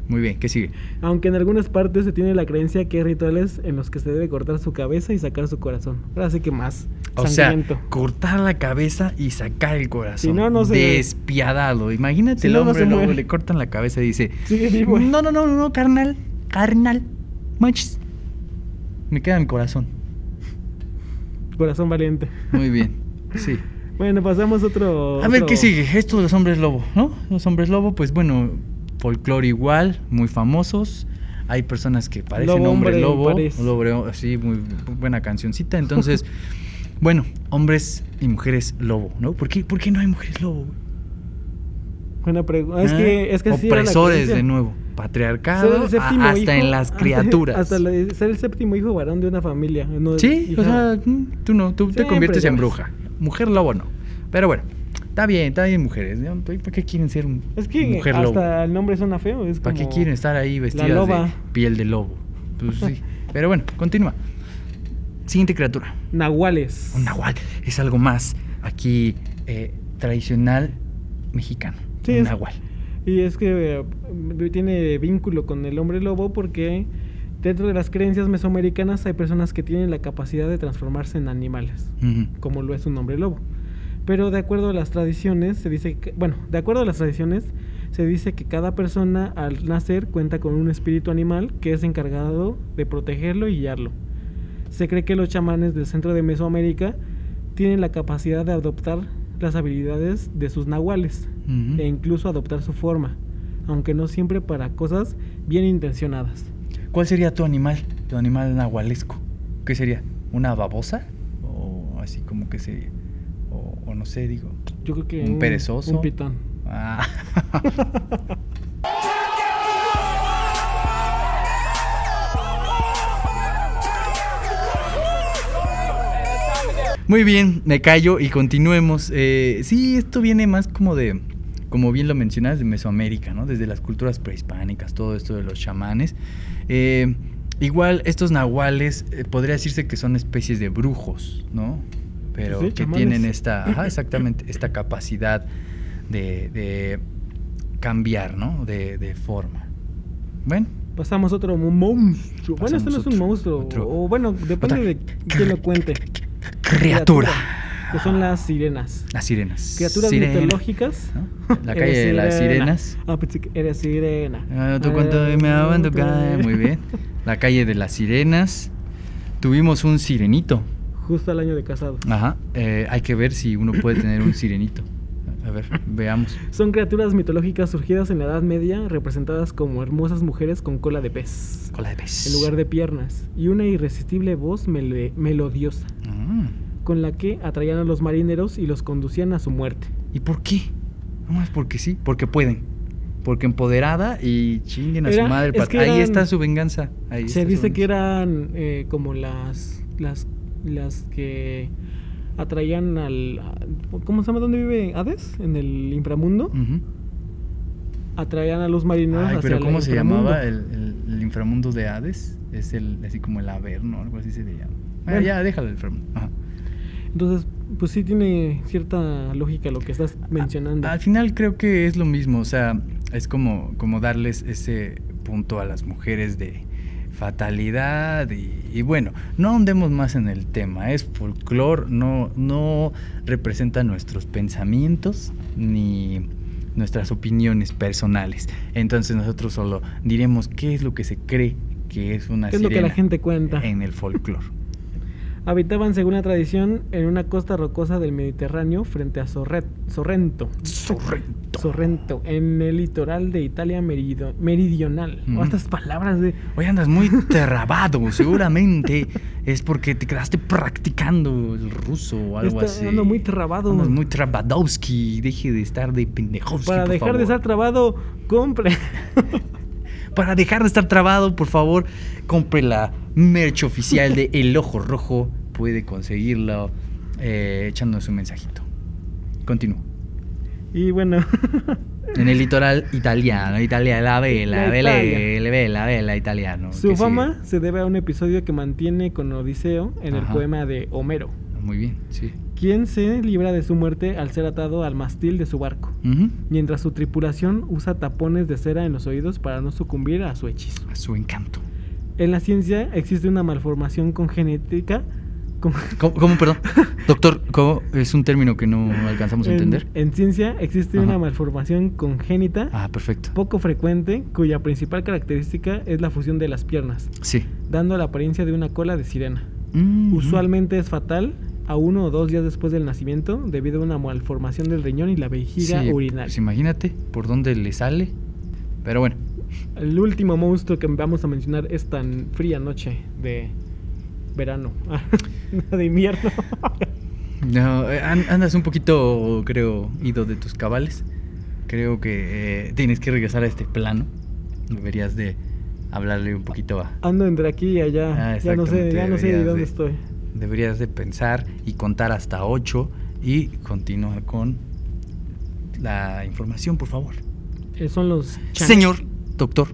Speaker 1: Muy bien, ¿qué sigue?
Speaker 2: Aunque en algunas partes se tiene la creencia que hay rituales en los que se debe cortar su cabeza y sacar su corazón. Ahora sí que más
Speaker 1: O
Speaker 2: sangriento.
Speaker 1: sea, cortar la cabeza y sacar el corazón.
Speaker 2: Si no, no se-
Speaker 1: Despiadado. Imagínate
Speaker 2: Si
Speaker 1: el
Speaker 2: no, no
Speaker 1: hombre
Speaker 2: se
Speaker 1: lobo,
Speaker 2: muere.
Speaker 1: le cortan la cabeza y dice:
Speaker 2: Sigue vivo.
Speaker 1: No, no, no, no, carnal. Carnal. Manches. Me queda el corazón.
Speaker 2: Corazón valiente.
Speaker 1: Muy bien. Sí.
Speaker 2: Bueno, pasamos otro.
Speaker 1: A ver
Speaker 2: otro-
Speaker 1: qué sigue. Esto de los hombres lobo, ¿no? Los hombres lobo, pues bueno, folclore igual, muy famosos. Hay personas que parecen
Speaker 2: Lobo,
Speaker 1: hombre,
Speaker 2: hombre,
Speaker 1: lobo,
Speaker 2: parece.
Speaker 1: lobo, así, muy buena cancioncita. Entonces, bueno, hombres y mujeres lobo, ¿no? ¿Por qué, por qué no hay mujeres lobo?
Speaker 2: Buena pregunta. Ah, Es
Speaker 1: ¿Eh?
Speaker 2: que, es que sí era la
Speaker 1: Opresores
Speaker 2: creencia.
Speaker 1: de nuevo,
Speaker 2: Ser el
Speaker 1: patriarcado, a-
Speaker 2: séptimo
Speaker 1: hasta
Speaker 2: hijo-
Speaker 1: en las
Speaker 2: hasta-
Speaker 1: criaturas.
Speaker 2: Hasta, la- ser el séptimo hijo varón de una familia. no-
Speaker 1: Sí,
Speaker 2: hija.
Speaker 1: o sea, mm, tú no, tú te
Speaker 2: Siempre,
Speaker 1: conviertes
Speaker 2: ya
Speaker 1: en
Speaker 2: ves.
Speaker 1: bruja. Mujer lobo no. Pero bueno, está bien, está bien mujeres. ¿no? ¿Por qué quieren ser un,
Speaker 2: Es que
Speaker 1: mujer
Speaker 2: hasta
Speaker 1: lobo?
Speaker 2: el nombre suena feo. Es
Speaker 1: ¿Para qué
Speaker 2: como-
Speaker 1: quieren estar ahí vestidas de
Speaker 2: loba.
Speaker 1: piel de lobo? Pues sí. Pero bueno, continúa. Siguiente criatura.
Speaker 2: Nahuales.
Speaker 1: Un nahual. Es algo más aquí eh, tradicional mexicano.
Speaker 2: Sí,
Speaker 1: un
Speaker 2: es-
Speaker 1: nahual.
Speaker 2: Y es que eh, tiene vínculo con el hombre lobo porque dentro de las creencias mesoamericanas hay personas que tienen la capacidad de transformarse en animales,
Speaker 1: Ujú.
Speaker 2: como lo es un hombre lobo. Pero de acuerdo a las tradiciones, se dice que, bueno, de acuerdo a las tradiciones, se dice que cada persona al nacer cuenta con un espíritu animal que es encargado de protegerlo y guiarlo. Se cree que los chamanes del centro de Mesoamérica tienen la capacidad de adoptar las habilidades de sus nahuales,
Speaker 1: Ujú.
Speaker 2: e incluso adoptar su forma, aunque no siempre para cosas bien intencionadas.
Speaker 1: ¿Cuál sería tu animal? Tu animal nahualesco. ¿Qué sería? ¿Una babosa? O así como que sería. O, o no sé, digo.
Speaker 2: Yo creo que
Speaker 1: ¿Un perezoso?
Speaker 2: un pitón.
Speaker 1: Ah. Muy bien, me callo y continuemos. Eh, sí, esto viene más como de, como bien lo mencionas, de Mesoamérica, ¿no? Desde las culturas prehispánicas, todo esto de los chamanes. Eh, igual, estos nahuales eh, podría decirse que son especies de brujos, ¿no? Pero
Speaker 2: Sí,
Speaker 1: que
Speaker 2: chamanes.
Speaker 1: tienen esta, ajá, exactamente, esta capacidad de, de cambiar, ¿no? De, de forma. Bueno,
Speaker 2: Pasamos otro mo- monstruo. bueno, este no es
Speaker 1: Pasamos
Speaker 2: un
Speaker 1: otro-
Speaker 2: monstruo.
Speaker 1: otro-
Speaker 2: o bueno, depende
Speaker 1: otra
Speaker 2: de quién lo cuente.
Speaker 1: criatura.
Speaker 2: Que son las sirenas.
Speaker 1: Las sirenas.
Speaker 2: Criaturas
Speaker 1: Sirena,
Speaker 2: mitológicas.
Speaker 1: ¿no? La calle de las sirenas.
Speaker 2: Ah, pensé que era sirena.
Speaker 1: Ah, tú cuánto me daban, tú ca- Muy bien. La calle de las sirenas. Tuvimos un sirenito.
Speaker 2: Justo al año de casado.
Speaker 1: Ajá. Eh, hay que ver si uno puede tener un sirenito. A ver, veamos.
Speaker 2: Son criaturas mitológicas surgidas en la Edad Media, representadas como hermosas mujeres con cola de pez.
Speaker 1: Cola de pez.
Speaker 2: en lugar de piernas, y una irresistible voz mele- melodiosa,
Speaker 1: Ah,
Speaker 2: con la que atraían a los marineros y los conducían a su muerte.
Speaker 1: ¿Y por qué? No es porque sí, porque pueden. Porque empoderada y chinguen a
Speaker 2: Era-
Speaker 1: su madre.
Speaker 2: es
Speaker 1: pat-
Speaker 2: que
Speaker 1: Ahí
Speaker 2: eran-
Speaker 1: está su venganza.
Speaker 2: Se
Speaker 1: Ahí está su
Speaker 2: dice que
Speaker 1: venganza.
Speaker 2: eran eh, como las, las, las que atraían al... a- ¿Cómo se llama? ¿Dónde vive Hades? ¿En el inframundo?
Speaker 1: Ujú.
Speaker 2: Atraían a los marineros
Speaker 1: Mm. Ay,
Speaker 2: hacia
Speaker 1: pero
Speaker 2: el
Speaker 1: ¿cómo se
Speaker 2: inframundo.
Speaker 1: llamaba el, el- el inframundo de Hades? Es el así como el Averno, algo así se le llama. Ah,
Speaker 2: Bueno.
Speaker 1: ya, déjalo el inframundo. Ajá.
Speaker 2: Entonces, pues sí tiene cierta lógica lo que estás
Speaker 1: Ah,
Speaker 2: mencionando.
Speaker 1: Al final creo que es lo mismo, o sea, es como, como darles ese punto a las mujeres de fatalidad y, y bueno, no ahondemos más en el tema, es folclore, no, no representa nuestros pensamientos ni nuestras opiniones personales. Entonces nosotros solo diremos qué es lo que se cree que es una
Speaker 2: ¿Qué es lo que la
Speaker 1: sirena
Speaker 2: gente cuenta?
Speaker 1: en el folclore.
Speaker 2: Habitaban, según la tradición, en una costa rocosa del Mediterráneo frente a Sorret- Sorrento.
Speaker 1: Sorrento.
Speaker 2: Sorrento, en el litoral de Italia merido- meridional.
Speaker 1: Ujú.
Speaker 2: O estas palabras de.
Speaker 1: Hoy andas muy trabado, seguramente es porque te quedaste practicando el ruso o algo
Speaker 2: Está
Speaker 1: así.
Speaker 2: ando muy trabado.
Speaker 1: Andas muy trabadowski, deje de estar de pendejowski,
Speaker 2: Para
Speaker 1: por
Speaker 2: dejar de estar
Speaker 1: favor.
Speaker 2: trabado, compre.
Speaker 1: Para dejar de estar trabado, por favor, compre la merch oficial de El Ojo Rojo. Puede conseguirlo eh, echándonos un mensajito. Continúo.
Speaker 2: y bueno.
Speaker 1: En el litoral italiano, Italia, la vela,
Speaker 2: La
Speaker 1: vela,
Speaker 2: Italia.
Speaker 1: vela, vela, vela, italiano. ¿Qué
Speaker 2: Su
Speaker 1: sigue?
Speaker 2: fama se debe a un episodio que mantiene con Odiseo en el
Speaker 1: Ajá.
Speaker 2: poema de Homero,
Speaker 1: Muy bien, sí.
Speaker 2: quien se libra de su muerte al ser atado al mastil de su barco,
Speaker 1: Ujú.
Speaker 2: mientras su tripulación usa tapones de cera en los oídos para no sucumbir a su hechizo.
Speaker 1: A su encanto.
Speaker 2: En la ciencia existe una malformación congénica con-
Speaker 1: ¿Cómo, cómo, perdón? Doctor, ¿cómo? Es un término que no alcanzamos a entender.
Speaker 2: En, en ciencia existe
Speaker 1: Ajá.
Speaker 2: una malformación congénita
Speaker 1: Ah, perfecto.
Speaker 2: poco frecuente cuya principal característica es la fusión de las piernas,
Speaker 1: Sí.
Speaker 2: dando la apariencia de una cola de sirena.
Speaker 1: Mm,
Speaker 2: Usualmente es fatal a uno o dos días después del nacimiento debido a una malformación del riñón y la vejiga
Speaker 1: mm, sí,
Speaker 2: urinaria.
Speaker 1: pues imagínate por dónde le sale. Pero bueno,
Speaker 2: El último monstruo que vamos a mencionar es tan fría noche de verano, de invierno.
Speaker 1: no, eh, an- andas un poquito, creo, ido de tus cabales. Creo que eh, tienes que regresar a este plano. Deberías de hablarle un poquito a...
Speaker 2: Ando entre aquí y allá,
Speaker 1: Ah,
Speaker 2: ya no sé,
Speaker 1: exactamente,
Speaker 2: ya no sé de
Speaker 1: deberías
Speaker 2: dónde
Speaker 1: de-
Speaker 2: estoy.
Speaker 1: Deberías de pensar y contar hasta 8 y continúa con la información, por favor.
Speaker 2: Eh, son los chan-
Speaker 1: Señor, doctor,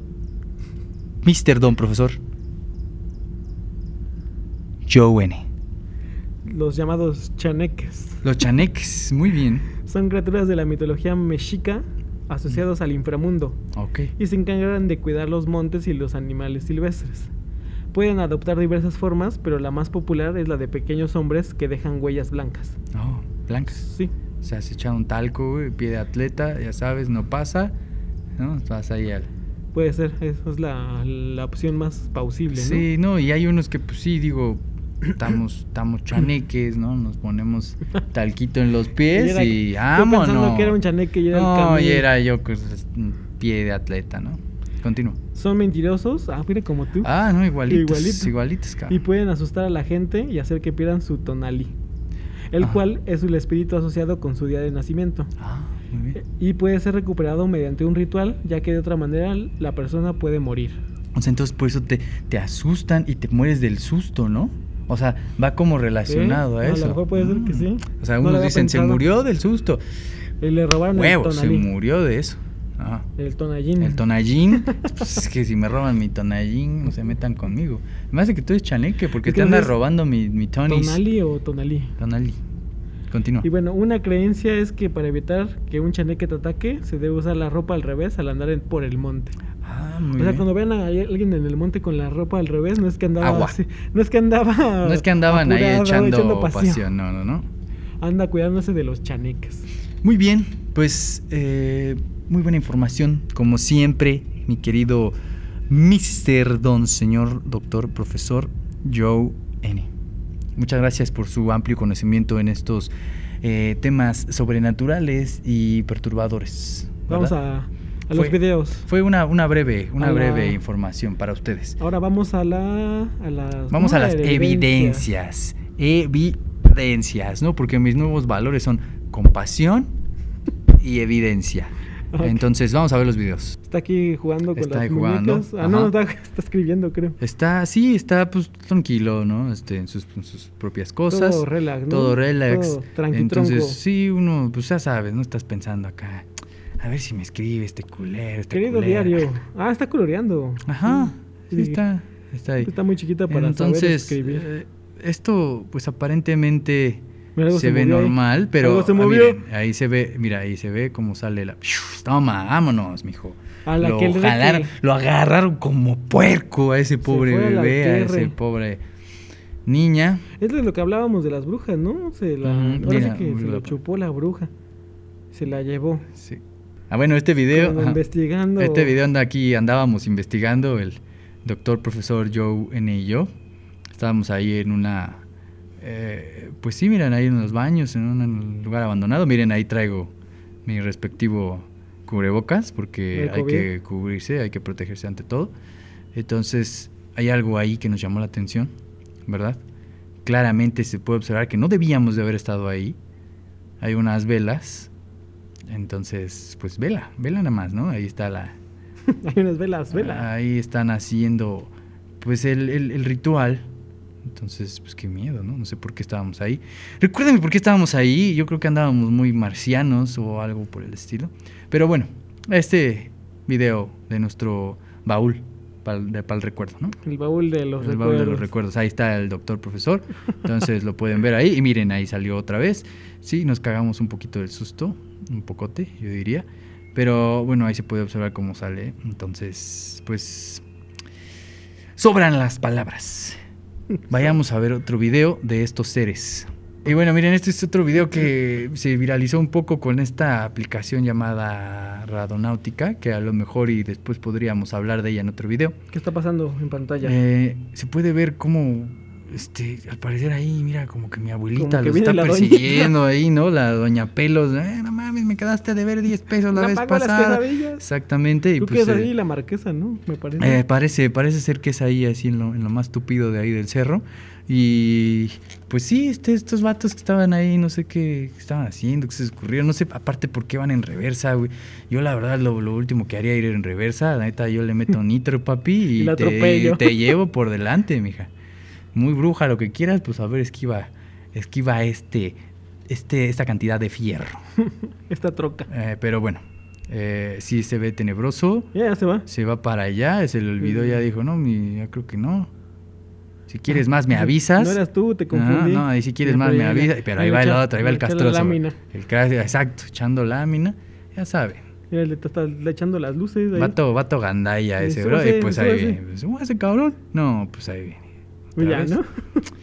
Speaker 1: Mr. Don, profesor. Joe N.
Speaker 2: los llamados chaneques.
Speaker 1: Los chaneques, muy bien.
Speaker 2: Son criaturas de la mitología mexica asociados al inframundo
Speaker 1: Ok.
Speaker 2: y se encargan de cuidar los montes y los animales silvestres. Pueden adoptar diversas formas, pero la más popular es la de pequeños hombres que dejan huellas blancas.
Speaker 1: Oh, blancas.
Speaker 2: Sí,
Speaker 1: O sea, se echa un talco, güey, pie de atleta, ya sabes, no pasa. ¿No? Vas ahí al.
Speaker 2: puede ser, esa es la, la opción más pausible, ¿no?
Speaker 1: Sí, no, y hay unos que, pues sí, digo, estamos, estamos chaneques, ¿no? Nos ponemos talquito en los
Speaker 2: Y
Speaker 1: pies
Speaker 2: era-
Speaker 1: y.
Speaker 2: yo
Speaker 1: ¡Vámonos!
Speaker 2: pensando que era un chaneque y era el
Speaker 1: No, y
Speaker 2: Camil.
Speaker 1: era yo, pues, pie de atleta, ¿no? Continúo.
Speaker 2: Son mentirosos, ah, mira como tú,
Speaker 1: Ah, no, igualitos.
Speaker 2: Igualito.
Speaker 1: Igualitos, cabrón.
Speaker 2: y pues- pueden asustar a la gente y hacer que pierdan su tonalí, el
Speaker 1: Ajá.
Speaker 2: cual es el espíritu asociado con su día de nacimiento.
Speaker 1: Ah, muy bien.
Speaker 2: Y puede ser recuperado mediante un ritual, ya que de otra manera la persona puede morir.
Speaker 1: O sea, entonces por eso te, te asustan y te mueres del susto, ¿no? O sea, va como relacionado
Speaker 2: Sí,
Speaker 1: a
Speaker 2: a lo
Speaker 1: eso.
Speaker 2: mejor puede ser que
Speaker 1: Mm.
Speaker 2: sí.
Speaker 1: O sea,
Speaker 2: No lo
Speaker 1: unos
Speaker 2: había
Speaker 1: dicen, se
Speaker 2: pensado".
Speaker 1: murió del susto.
Speaker 2: Y Eh, le robaron
Speaker 1: Huevo,
Speaker 2: el
Speaker 1: se
Speaker 2: tonalí.
Speaker 1: murió de eso. Ah.
Speaker 2: El tonallín.
Speaker 1: El tonallín, pues, es que si me roban mi tonallín, no se metan conmigo. Me hace que tú eres chaneque porque
Speaker 2: Es que
Speaker 1: te andas
Speaker 2: es
Speaker 1: robando mi, mi tonis.
Speaker 2: Tonalí o tonalí.
Speaker 1: Tonalí. Continúa.
Speaker 2: Y bueno, una creencia es que para evitar que un chaneque te ataque, se debe usar la ropa al revés al andar en- por el monte.
Speaker 1: Ah, muy
Speaker 2: o sea,
Speaker 1: bien.
Speaker 2: cuando vean a alguien en el monte con la ropa al revés, no es que andaba
Speaker 1: Agua.
Speaker 2: así- no es que andaba
Speaker 1: No es que andaban ahí
Speaker 2: apurado,
Speaker 1: echando,
Speaker 2: paseo.
Speaker 1: pasión, no, no, no.
Speaker 2: Anda cuidándose de los chaneques.
Speaker 1: Muy bien, pues eh, muy buena información, como siempre, mi querido Mr. Don Señor Doctor Profesor Joe N. Muchas gracias por su amplio conocimiento en estos eh, temas sobrenaturales y perturbadores.
Speaker 2: Vamos
Speaker 1: ¿verdad?
Speaker 2: a, a los
Speaker 1: Fue-
Speaker 2: videos.
Speaker 1: Fue una, una breve, una
Speaker 2: A la-
Speaker 1: breve información para ustedes.
Speaker 2: Ahora vamos a la a las
Speaker 1: Vamos
Speaker 2: ¿cómo
Speaker 1: a
Speaker 2: era?
Speaker 1: las evidencias. Evidencias, ¿no? Porque mis nuevos valores son compasión y evidencia.
Speaker 2: Ok.
Speaker 1: Entonces, vamos a ver los videos.
Speaker 2: Está aquí jugando con
Speaker 1: Está ahí
Speaker 2: las
Speaker 1: jugando,
Speaker 2: muñecas. Ah, no,
Speaker 1: ajá.
Speaker 2: está, está escribiendo, creo.
Speaker 1: Está, sí, está pues tranquilo, ¿no? Este, en sus, en sus propias cosas.
Speaker 2: Todo relax, ¿no?
Speaker 1: Todo relax.
Speaker 2: Todo tranqui,
Speaker 1: Entonces,
Speaker 2: tronco.
Speaker 1: sí, uno, pues ya sabes, no estás pensando acá. A ver si me escribe este culero, este
Speaker 2: Querido
Speaker 1: culera".
Speaker 2: diario. Ah, está coloreando.
Speaker 1: Ajá, sí,
Speaker 2: Sí.
Speaker 1: está, está ahí.
Speaker 2: Está muy chiquita para saber
Speaker 1: Entonces,
Speaker 2: escribir.
Speaker 1: eh, esto, pues aparentemente
Speaker 2: Mira, algo
Speaker 1: se, ve
Speaker 2: movió ahí.
Speaker 1: normal, pero
Speaker 2: Algo se
Speaker 1: ah,
Speaker 2: movió.
Speaker 1: miren, ahí se ve, mira, ahí se ve cómo sale la. Toma, vámonos, mijo.
Speaker 2: A la
Speaker 1: lo,
Speaker 2: que el reque.
Speaker 1: jalaron- lo agarraron como puerco a ese pobre
Speaker 2: fue a la
Speaker 1: bebé, a ese
Speaker 2: alquerre.
Speaker 1: pobre niña.
Speaker 2: Es de lo que hablábamos de las brujas, ¿no? Se la,
Speaker 1: Mm,
Speaker 2: ahora sí
Speaker 1: mira,
Speaker 2: que se
Speaker 1: lo-
Speaker 2: lo chupó la bruja. Se la llevó.
Speaker 1: Sí. Ah, bueno, este video.
Speaker 2: Como
Speaker 1: ajá.
Speaker 2: investigando.
Speaker 1: Este video anda aquí, andábamos investigando el doctor profesor Joe N y yo. Estábamos ahí en una Eh, pues sí, miren, ahí en los baños, en un lugar abandonado. Miren, ahí traigo mi respectivo cubrebocas porque
Speaker 2: El
Speaker 1: hay
Speaker 2: COVID.
Speaker 1: que cubrirse, hay que protegerse ante todo. Entonces, hay algo ahí que nos llamó la atención, ¿verdad? Claramente se puede observar que no debíamos de haber estado ahí. Hay unas velas. Entonces, pues vela, vela nada más, ¿no? Ahí está la,
Speaker 2: Hay unas velas, velas.
Speaker 1: Ahí están haciendo pues el, el- el ritual. Entonces, pues qué miedo, ¿no? No sé por qué estábamos ahí. Recuérdame por qué estábamos ahí. Yo creo que andábamos muy marcianos o algo por el estilo. Pero bueno, este video de nuestro baúl para el recuerdo, ¿no?
Speaker 2: El baúl de los
Speaker 1: el
Speaker 2: recuerdos.
Speaker 1: baúl de los recuerdos. Ahí está el doctor profesor. Entonces lo pueden ver ahí. Y miren, ahí salió otra vez. Sí, nos cagamos un poquito del susto. Un pocote, yo diría. Pero bueno, ahí se puede observar cómo sale. Entonces, pues. Sobran las palabras. Vayamos a ver otro video de estos seres. Y bueno, miren, este es otro video que se viralizó un poco con esta aplicación llamada Radonáutica, que a lo mejor y después podríamos hablar de ella en otro video.
Speaker 2: ¿Qué está pasando en pantalla?
Speaker 1: Eh, se puede ver cómo, este, al parecer ahí, mira, como que mi abuelita
Speaker 2: Como que
Speaker 1: lo
Speaker 2: viene
Speaker 1: está
Speaker 2: la doñita.
Speaker 1: persiguiendo ahí, ¿no? La doña Pelos, "Eh, no mames, me quedaste de ver 10 pesos la
Speaker 2: La
Speaker 1: vez
Speaker 2: pago las
Speaker 1: pasada.
Speaker 2: quesadillas.
Speaker 1: Exactamente. Y
Speaker 2: Tú que
Speaker 1: pues,
Speaker 2: es ahí
Speaker 1: eh,
Speaker 2: la marquesa, ¿no? Me parece.
Speaker 1: eh, parece, parece ser que es ahí, así en lo, en lo más tupido de ahí del cerro. Y pues sí, este, estos vatos que estaban ahí, no sé qué estaban haciendo, qué se escurrieron, no sé aparte por qué van en reversa, güey. Yo la verdad lo, lo último que haría ir en reversa, la neta yo le meto nitro, papi, y,
Speaker 2: Y la
Speaker 1: te,
Speaker 2: atropello.
Speaker 1: te llevo por delante, mija. Muy bruja, lo que quieras, pues a ver, esquiva, esquiva este, este, esta cantidad de fierro.
Speaker 2: Esta troca.
Speaker 1: Eh, pero bueno, eh, sí se ve tenebroso,
Speaker 2: Ya, ya se va.
Speaker 1: se va para allá, se le olvidó, ya dijo, no, mi, ya creo que no. Si quieres más, me
Speaker 2: Ah, No,
Speaker 1: avisas.
Speaker 2: No eras tú, te
Speaker 1: Ah,
Speaker 2: confundí.
Speaker 1: No, ahí si quieres
Speaker 2: Ya,
Speaker 1: más, me
Speaker 2: ya, ya.
Speaker 1: avisas. Pero ahí
Speaker 2: le
Speaker 1: va el
Speaker 2: echa-
Speaker 1: otro, ahí va el
Speaker 2: le echa
Speaker 1: castroso.
Speaker 2: La lámina.
Speaker 1: El cras- exacto, echando lámina. Ya saben.
Speaker 2: Mira, le está le echando las luces. Ahí.
Speaker 1: Vato, vato gandaya
Speaker 2: Sí,
Speaker 1: ese,
Speaker 2: sí,
Speaker 1: bro.
Speaker 2: sí,
Speaker 1: Y pues
Speaker 2: sí,
Speaker 1: ahí
Speaker 2: sí.
Speaker 1: viene. Pues, "Uh, ese cabrón. No, pues ahí viene. otra
Speaker 2: Mira,
Speaker 1: vez.
Speaker 2: ¿no?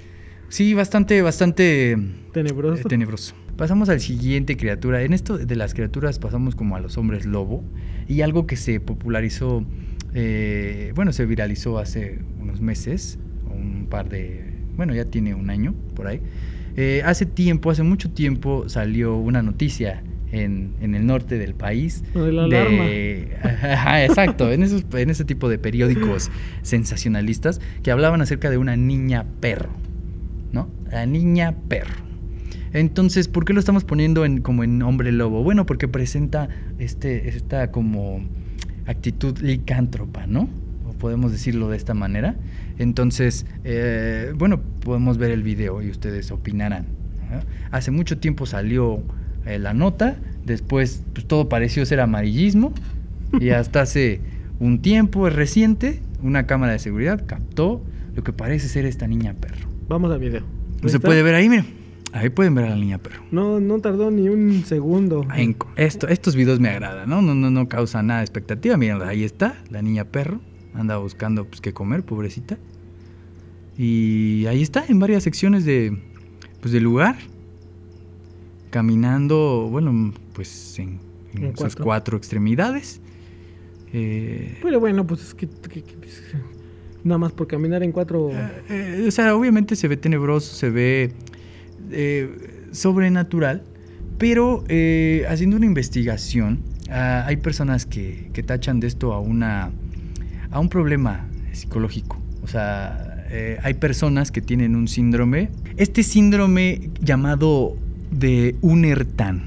Speaker 1: Sí, bastante, bastante eh,
Speaker 2: Tenebroso.
Speaker 1: tenebroso. Pasamos al siguiente criatura. En esto de las criaturas pasamos como a los hombres lobo. Y algo que se popularizó, eh, bueno, se viralizó hace unos meses, un par de, bueno, ya tiene un año por ahí. Eh, hace tiempo, hace mucho tiempo salió una noticia en, en el norte del país.
Speaker 2: Lo de la alarma.
Speaker 1: Ajá, exacto, en, esos, en ese tipo de periódicos sensacionalistas que hablaban acerca de una niña perro, ¿no? La niña perro. Entonces, ¿por qué lo estamos poniendo en, como en hombre lobo? Bueno, porque presenta este, esta como actitud licántropa, ¿no? O podemos decirlo de esta manera. Entonces, eh, bueno, podemos ver el video y ustedes opinarán. ¿no? Hace mucho tiempo salió eh, la nota, después pues, todo pareció ser amarillismo y hasta hace un tiempo es reciente, una cámara de seguridad captó lo que parece ser esta niña perro.
Speaker 2: Vamos al video.
Speaker 1: No se
Speaker 2: Pues ¿Está?
Speaker 1: puede ver ahí, miren. Ahí pueden ver a la niña perro.
Speaker 2: No, no tardó ni un segundo.
Speaker 1: En- esto, estos videos me agradan, ¿no? No, no, no causa nada de expectativa. Miren, ahí está, la niña perro. Anda buscando pues, qué comer, pobrecita. Y ahí está, en varias secciones de, pues, del lugar. Caminando, bueno, pues en, en
Speaker 2: En
Speaker 1: sus
Speaker 2: cuatro.
Speaker 1: cuatro, extremidades. Eh,
Speaker 2: Pero bueno, pues es que, que- que- pues, nada más por caminar en cuatro.
Speaker 1: Eh, eh, o sea, obviamente se ve tenebroso, se ve eh, sobrenatural, pero eh, haciendo una investigación, ah, hay personas que, que tachan de esto a, una, a un problema psicológico. O sea, eh, hay personas que tienen un síndrome, este síndrome llamado de Unertan,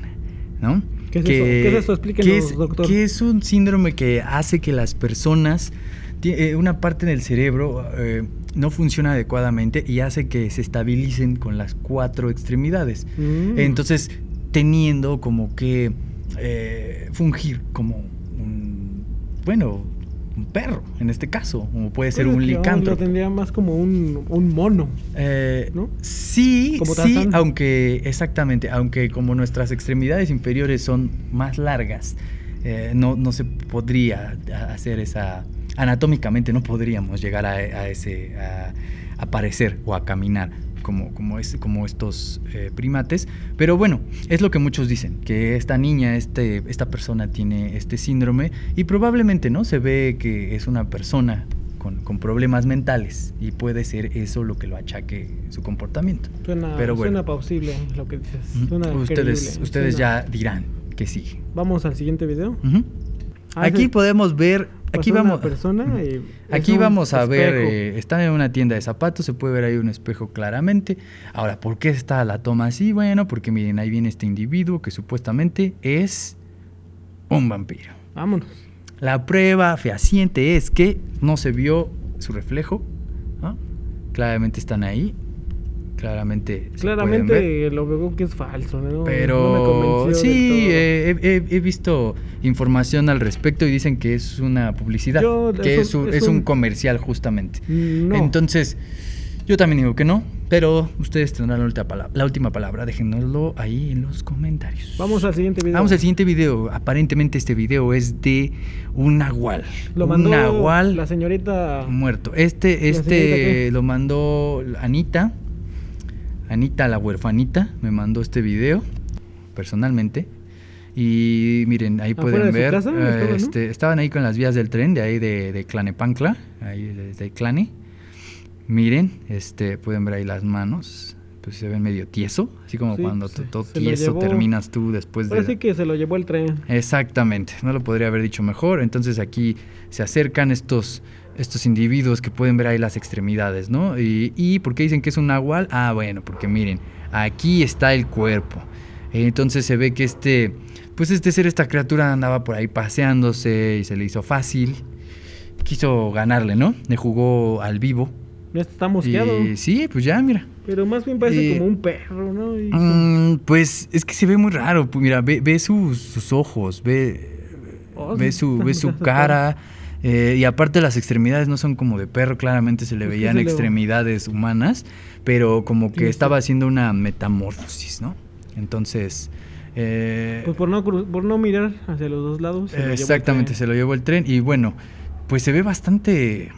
Speaker 1: ¿no?
Speaker 2: ¿Qué es eso? ¿Qué es eso? Explíquenos,
Speaker 1: que es-
Speaker 2: doctor.
Speaker 1: que es un síndrome que hace que las personas, ti- eh, una parte del cerebro eh, no funciona adecuadamente y hace que se estabilicen con las cuatro extremidades.
Speaker 2: Mm.
Speaker 1: Entonces, teniendo como que eh, fungir como un, bueno, un perro, en este caso, como puede ser
Speaker 2: Bueno,
Speaker 1: un
Speaker 2: que aún Lo
Speaker 1: licántropo.
Speaker 2: tendría más como un, un mono.
Speaker 1: Eh,
Speaker 2: ¿no?
Speaker 1: Sí,
Speaker 2: Como
Speaker 1: sí,
Speaker 2: Tarzán.
Speaker 1: aunque exactamente, aunque como nuestras extremidades inferiores son más largas, eh, no, no se podría a- hacer esa, anatómicamente no podríamos llegar a, a ese, a, a parecer o a caminar como, como, es, como estos eh, primates. Pero bueno, es lo que muchos dicen, que esta niña, este, esta persona tiene este síndrome y probablemente, ¿no? Se ve que es una persona con, con problemas mentales y puede ser eso lo que lo achaque su comportamiento.
Speaker 2: Suena,
Speaker 1: Pero bueno.
Speaker 2: suena plausible lo que dices.
Speaker 1: Ujú.
Speaker 2: Suena
Speaker 1: ustedes
Speaker 2: creíble,
Speaker 1: ustedes
Speaker 2: suena-
Speaker 1: ya dirán que sigue.
Speaker 2: Vamos al siguiente video.
Speaker 1: Ujú.
Speaker 2: Ah,
Speaker 1: Aquí
Speaker 2: ese-
Speaker 1: podemos ver, aquí
Speaker 2: pasó una
Speaker 1: vamos,
Speaker 2: persona y
Speaker 1: aquí
Speaker 2: es un
Speaker 1: vamos a ver,
Speaker 2: espejo.
Speaker 1: eh, está en una tienda de zapatos, se puede ver ahí un espejo claramente. Ahora, ¿por qué está la toma así? Bueno, porque miren, ahí viene este individuo que supuestamente es un vampiro.
Speaker 2: Vámonos.
Speaker 1: La prueba fehaciente es que no se vio su reflejo. ¿no? Claramente están ahí. Claramente. se pueden ver.
Speaker 2: Claramente lo veo que es falso, Mm, ¿no? No me
Speaker 1: Pero
Speaker 2: convenció
Speaker 1: sí,
Speaker 2: del todo.
Speaker 1: eh, he, he- he visto información al respecto y dicen que es una publicidad,
Speaker 2: Yo-
Speaker 1: que es un, es un comercial justamente.
Speaker 2: No.
Speaker 1: eh, Entonces, yo también digo que no, pero ustedes tendrán la última palabra, la última palabra. déjenoslo ahí en los comentarios.
Speaker 2: Vamos al siguiente video.
Speaker 1: Vamos al siguiente video. Aparentemente este video es de un nahual.
Speaker 2: Lo mandó
Speaker 1: un nahual
Speaker 2: la señorita.
Speaker 1: muerto. Este,
Speaker 2: señorita
Speaker 1: este
Speaker 2: qué?
Speaker 1: lo mandó Anita. Anita, la huerfanita, me mandó este video personalmente. Y miren, ahí
Speaker 2: ¿Afuera
Speaker 1: pueden
Speaker 2: de su
Speaker 1: ver.
Speaker 2: casa
Speaker 1: eh,
Speaker 2: estaban, no?
Speaker 1: este, Estaban ahí con las vías del tren, de ahí de, de Clanepancla, ahí de, de Clane. Miren, este, pueden ver ahí las manos. Pues se ven medio tieso, así como
Speaker 2: Sí,
Speaker 1: cuando
Speaker 2: pues,
Speaker 1: tú-
Speaker 2: se-
Speaker 1: todo
Speaker 2: se lo
Speaker 1: tieso
Speaker 2: llevó.
Speaker 1: terminas tú después de.
Speaker 2: Ahora sí que se lo llevó el tren.
Speaker 1: Exactamente, no lo podría haber dicho mejor. Entonces aquí se acercan estos, estos individuos que pueden ver ahí las extremidades, ¿no? Y, y ¿por qué dicen que es un nahual? Ah, bueno, porque miren, aquí está el cuerpo. Entonces se ve que este, pues este ser, esta criatura andaba por ahí paseándose y se le hizo fácil. Quiso ganarle, ¿no? Le jugó al vivo.
Speaker 2: Ya está mosqueado.
Speaker 1: Y sí, pues ya, mira.
Speaker 2: Pero más bien parece
Speaker 1: y-
Speaker 2: como un perro, ¿no? Y-
Speaker 1: Mm, pues es que se ve muy raro. Pues, Mira, ve, ve sus, sus ojos, ve,
Speaker 2: Oh,
Speaker 1: ve
Speaker 2: sí,
Speaker 1: su,
Speaker 2: está
Speaker 1: ve
Speaker 2: muy
Speaker 1: su
Speaker 2: raro.
Speaker 1: cara. eh, y aparte las extremidades no son como de perro, claramente se le
Speaker 2: Es que
Speaker 1: veían
Speaker 2: se le-
Speaker 1: extremidades humanas, pero como que
Speaker 2: Sí, sí.
Speaker 1: estaba haciendo una metamorfosis, ¿no? Entonces... eh,
Speaker 2: Pues por no, cru- por no mirar hacia los dos lados. se lo llevó el
Speaker 1: Exactamente,
Speaker 2: tren.
Speaker 1: se lo llevó el tren y bueno, pues se ve bastante,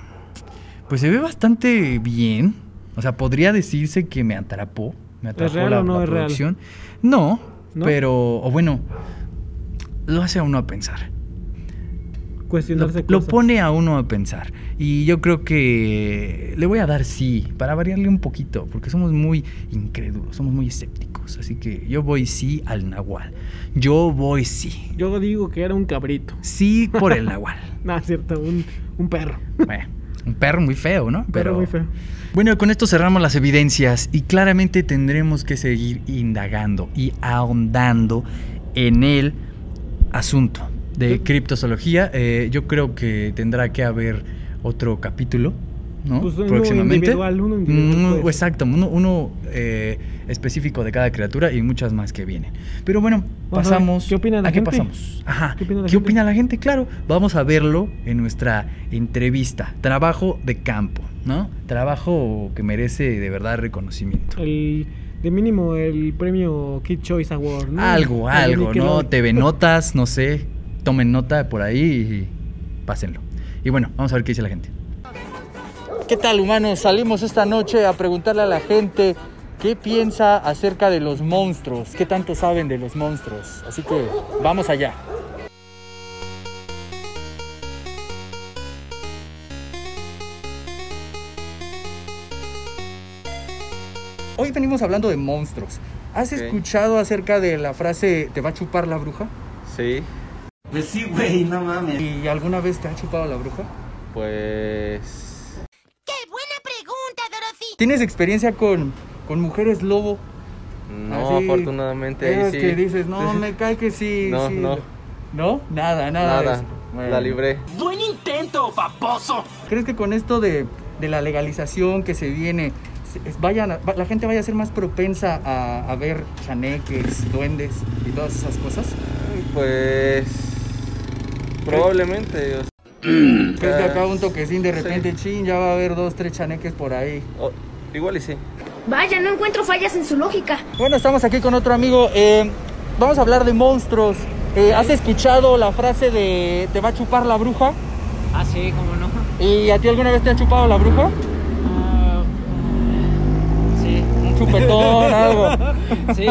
Speaker 1: pues se ve bastante bien. O sea, podría decirse que me atrapó, me atrapó
Speaker 2: real
Speaker 1: la,
Speaker 2: o no
Speaker 1: la
Speaker 2: es real?
Speaker 1: producción. No,
Speaker 2: ¿No?
Speaker 1: pero o bueno, lo hace a uno a pensar. Lo,
Speaker 2: Cuestionarse
Speaker 1: lo
Speaker 2: cosas.
Speaker 1: pone a uno a pensar. Y yo creo que le voy a dar sí, para variarle un poquito, porque somos muy incrédulos, somos muy escépticos. Así que yo voy sí al nahual. Yo voy sí.
Speaker 2: Yo digo que era un cabrito.
Speaker 1: Sí por el nahual.
Speaker 2: No, es cierto, un, un perro.
Speaker 1: Bueno, un perro muy feo, ¿no?
Speaker 2: Un
Speaker 1: Pero-
Speaker 2: perro muy feo.
Speaker 1: Bueno, con esto cerramos las evidencias y claramente tendremos que seguir indagando y ahondando en el asunto de
Speaker 2: Yo-
Speaker 1: criptozoología. Eh, yo creo que tendrá que haber otro capítulo, ¿no?
Speaker 2: Pues uno individual, uno individual pues.
Speaker 1: Mm,
Speaker 2: puede ser.
Speaker 1: exacto, uno, uno, eh, específico de cada criatura y muchas más que vienen. Pero bueno,
Speaker 2: Vamos a ver,
Speaker 1: pasamos.
Speaker 2: ¿qué opina la
Speaker 1: ¿A qué
Speaker 2: gente?
Speaker 1: pasamos? Ajá.
Speaker 2: ¿Qué opina la
Speaker 1: ¿Qué
Speaker 2: gente?
Speaker 1: opina la gente? Claro, vamos a verlo en nuestra entrevista. Trabajo de campo, ¿no? Trabajo que merece de verdad reconocimiento.
Speaker 2: El, de mínimo el premio Kid Choice Award,
Speaker 6: Mm,
Speaker 2: ¿no?
Speaker 1: Algo,
Speaker 2: Ahí
Speaker 1: algo, ¿no?
Speaker 2: Nickelodeon.
Speaker 1: TV Notas, no sé. Tomen nota por ahí y pásenlo. Y bueno, vamos a ver qué dice la gente.
Speaker 6: ¿Qué tal humanos? Salimos esta noche a preguntarle a la gente qué piensa acerca de los monstruos, qué tanto saben de los monstruos. Así que vamos allá. Hoy venimos hablando de monstruos. ¿Has
Speaker 4: Ok.
Speaker 6: escuchado acerca de la frase te va a chupar la bruja?
Speaker 4: Sí,
Speaker 6: Pues sí, güey, no mames. ¿Y alguna vez te ha chupado la bruja?
Speaker 4: pues.
Speaker 5: ¡Qué buena pregunta, Dorothy!
Speaker 6: ¿Tienes experiencia con, con mujeres lobo?
Speaker 4: No,
Speaker 6: Así.
Speaker 4: afortunadamente. ahí
Speaker 6: Esas
Speaker 4: sí.
Speaker 6: que dices, no, me cae que sí.
Speaker 4: No,
Speaker 6: sí".
Speaker 4: no.
Speaker 6: ¿No? Nada, nada. de
Speaker 4: Nada,
Speaker 6: eso. Bueno.
Speaker 4: la libré.
Speaker 6: ¿Crees que con esto de, de la legalización que se viene, se- es- vayan a- va- la gente vaya a ser más propensa a, a ver chaneques, duendes y todas esas cosas?
Speaker 4: Pues. Probablemente. o sea,
Speaker 6: ¿Crees que
Speaker 4: Ah,
Speaker 6: acá un toquecín de
Speaker 4: sí.
Speaker 6: repente, chin, ya va a haber dos, tres chaneques por ahí?
Speaker 4: o- igual y sí.
Speaker 5: Vaya, no encuentro fallas en su lógica.
Speaker 6: Bueno, estamos aquí con otro amigo. eh, vamos a hablar de monstruos. Eh, ¿Has escuchado la frase de te va a chupar la bruja?
Speaker 7: Ah, sí, cómo no.
Speaker 6: ¿Y a ti alguna vez te ha chupado la bruja?
Speaker 7: Ah, sí,
Speaker 6: Un chupetón, algo.
Speaker 7: sí.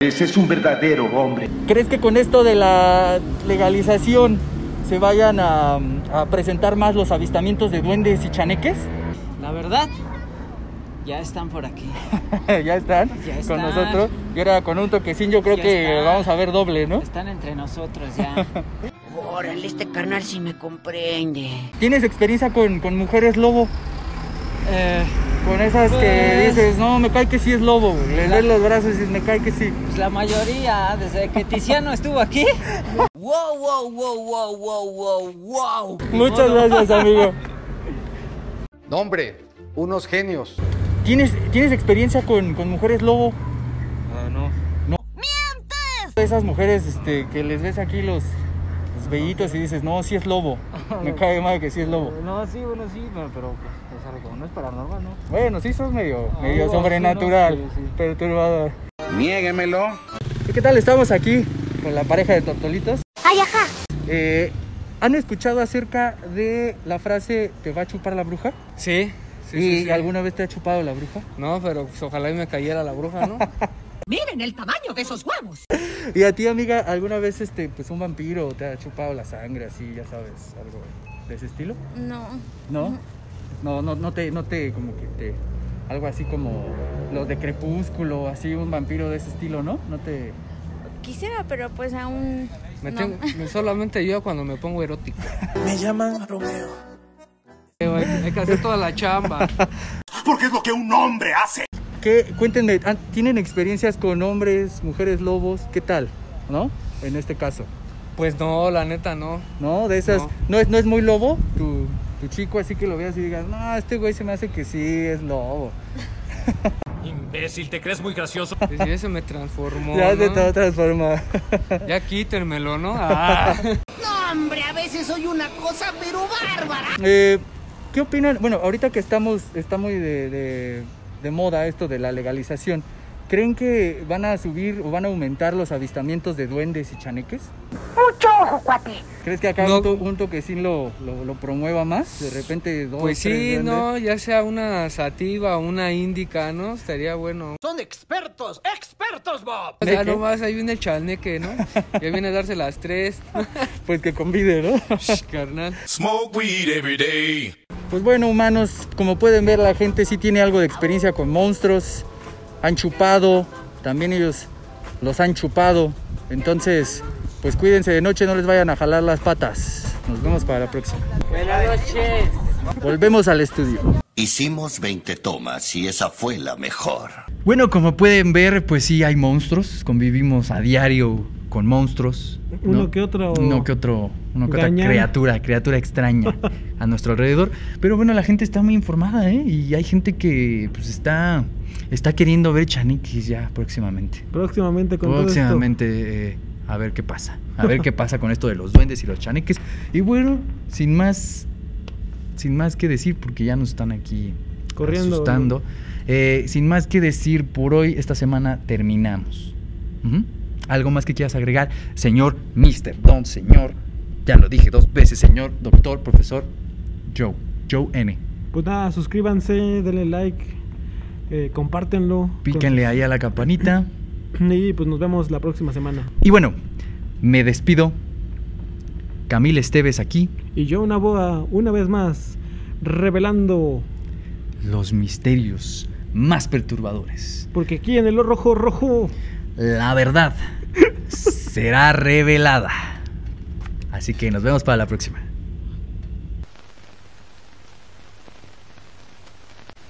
Speaker 8: Ese es un verdadero hombre.
Speaker 6: ¿Crees que con esto de la legalización se vayan a, a presentar más los avistamientos de duendes y chaneques.
Speaker 7: La verdad, ya están por aquí.
Speaker 6: ya están
Speaker 7: Ya
Speaker 6: con
Speaker 7: están.
Speaker 6: nosotros. Y ahora con un toquecín yo creo
Speaker 7: Ya
Speaker 6: que
Speaker 7: están.
Speaker 6: vamos a ver doble, ¿no?
Speaker 7: Están entre nosotros ya.
Speaker 5: Órale, este carnal sí me comprende.
Speaker 6: ¿Tienes experiencia con, con mujeres lobo?
Speaker 7: Eh,
Speaker 6: Con esas que
Speaker 7: Pues-
Speaker 6: dices, no, me cae que sí es lobo. güey. Le
Speaker 7: La-
Speaker 6: ves los brazos y dices, me cae que sí.
Speaker 7: pues la mayoría, desde que Tiziano estuvo aquí.
Speaker 6: Muchas gracias, amigo.
Speaker 8: No, hombre, unos genios.
Speaker 6: ¿Tienes, ¿tienes experiencia con, con mujeres lobo?
Speaker 4: Ah, no.
Speaker 6: Esas mujeres este, que les ves aquí los, los vellitos y dices, no, sí es lobo. Me cae mal que sí es lobo.
Speaker 7: No, sí, bueno, sí, pero, pues, o sea, como no es paranormal, ¿no?
Speaker 6: Bueno, sí sos medio, medio
Speaker 7: Algo así, ¿no?
Speaker 6: sobrenatural,
Speaker 7: Sí, sí.
Speaker 6: perturbador. Niéguemelo. ¿Qué tal? Estamos aquí con la pareja de tortolitos.
Speaker 5: Ay, ajá.
Speaker 6: Eh, ¿Han escuchado acerca de la frase te va a chupar la bruja?
Speaker 9: Sí, sí,
Speaker 6: ¿Y
Speaker 9: sí, sí.
Speaker 6: alguna vez te ha chupado la bruja?
Speaker 9: No, pero pues, ojalá y me cayera la bruja, ¿no?
Speaker 5: Miren el tamaño de esos huevos.
Speaker 6: ¿Y a ti, amiga, alguna vez este, pues un vampiro te ha chupado la sangre, así, ya sabes, algo de ese estilo?
Speaker 5: No.
Speaker 6: ¿No? No, no, no te, no te, como que te, algo así como los de crepúsculo, así un vampiro de ese estilo, ¿no? No te...
Speaker 5: Quisiera, pero pues aún.
Speaker 9: Me
Speaker 5: no.
Speaker 9: tengo- me- solamente yo cuando me pongo erótico. Me llaman Romeo. Hay que hacer toda la chamba.
Speaker 6: ¿Qué? Cuéntenme, ah, ¿tienen experiencias con hombres, mujeres lobos? ¿Qué tal? ¿No? En este caso.
Speaker 9: Pues no, la neta no.
Speaker 6: ¿No? De esas. No,
Speaker 9: No.
Speaker 6: es, no es muy lobo tu, tu chico, así que lo veas y digas, no, este güey se me hace que sí es lobo.
Speaker 10: Imbécil, ¿te crees muy gracioso?
Speaker 9: Y si ese me transformó.
Speaker 6: ya se
Speaker 9: ¿no?
Speaker 6: te va a transformar.
Speaker 9: Ya quítenmelo, ¿no? Ah.
Speaker 5: No, hombre, a veces soy una cosa, pero bárbara.
Speaker 6: Eh, ¿Qué opinan? Bueno, ahorita que estamos, está muy de, de- de moda esto de la legalización, ¿creen que van a subir o van a aumentar los avistamientos de duendes y chaneques?
Speaker 5: Mucho ojo, cuate.
Speaker 6: ¿Crees que acá
Speaker 9: No.
Speaker 6: un, to- un toquecín lo, lo- lo promueva más? De repente dos,
Speaker 9: Pues
Speaker 6: tres
Speaker 9: sí,
Speaker 6: duendes.
Speaker 9: no, ya sea una sativa o una índica, ¿no? Estaría bueno.
Speaker 10: Son expertos, expertos, Bob.
Speaker 9: O
Speaker 6: ¿De
Speaker 9: sea,
Speaker 6: qué?
Speaker 9: nomás ahí viene el chaneque, ¿no? Ya viene a darse las tres.
Speaker 6: Pues que convide, ¿no?
Speaker 9: Sh, Carnal.
Speaker 10: Smoke weed every day.
Speaker 6: Pues bueno, humanos, como pueden ver, la gente sí tiene algo de experiencia con monstruos. Han chupado, también ellos los han chupado. Entonces, pues cuídense de noche, no les vayan a jalar las patas. Nos vemos para la próxima.
Speaker 7: Buenas noches.
Speaker 6: Volvemos al estudio.
Speaker 11: Hicimos 20 tomas y esa fue la mejor.
Speaker 1: Bueno, como pueden ver, pues sí hay monstruos. Convivimos a diario con monstruos.
Speaker 2: Uno
Speaker 1: ¿no?
Speaker 2: que otro.
Speaker 1: Uno que otro. Una que otra
Speaker 2: Gañán.
Speaker 1: criatura, criatura extraña a nuestro alrededor. Pero bueno, la gente está muy informada, ¿eh? Y hay gente que pues está, está queriendo ver Chaniquis ya próximamente.
Speaker 2: Próximamente con
Speaker 1: Próximamente, eh, a ver qué pasa. A ver qué pasa con esto de los duendes y los chaneques. Y bueno, sin más, sin más que decir, porque ya nos están aquí
Speaker 2: Corriendo.
Speaker 1: asustando. Eh, sin más que decir, por hoy, esta semana terminamos. Ujú. ¿Algo más que quieras agregar? Señor, mister, don, señor. Ya lo dije dos veces, señor, doctor, profesor, Joe. Joe N.
Speaker 2: todo esto. Pues nada, suscríbanse, denle like, eh, compártenlo.
Speaker 1: Píquenle ahí a la campanita.
Speaker 2: Con- Y pues nos vemos la próxima semana.
Speaker 1: Y bueno, me despido. Camil Esteves aquí.
Speaker 2: Y yo, una boa, una vez más, revelando.
Speaker 1: los misterios más perturbadores.
Speaker 2: Porque aquí en el rojo rojo.
Speaker 1: La verdad será revelada. Así que nos vemos para la próxima.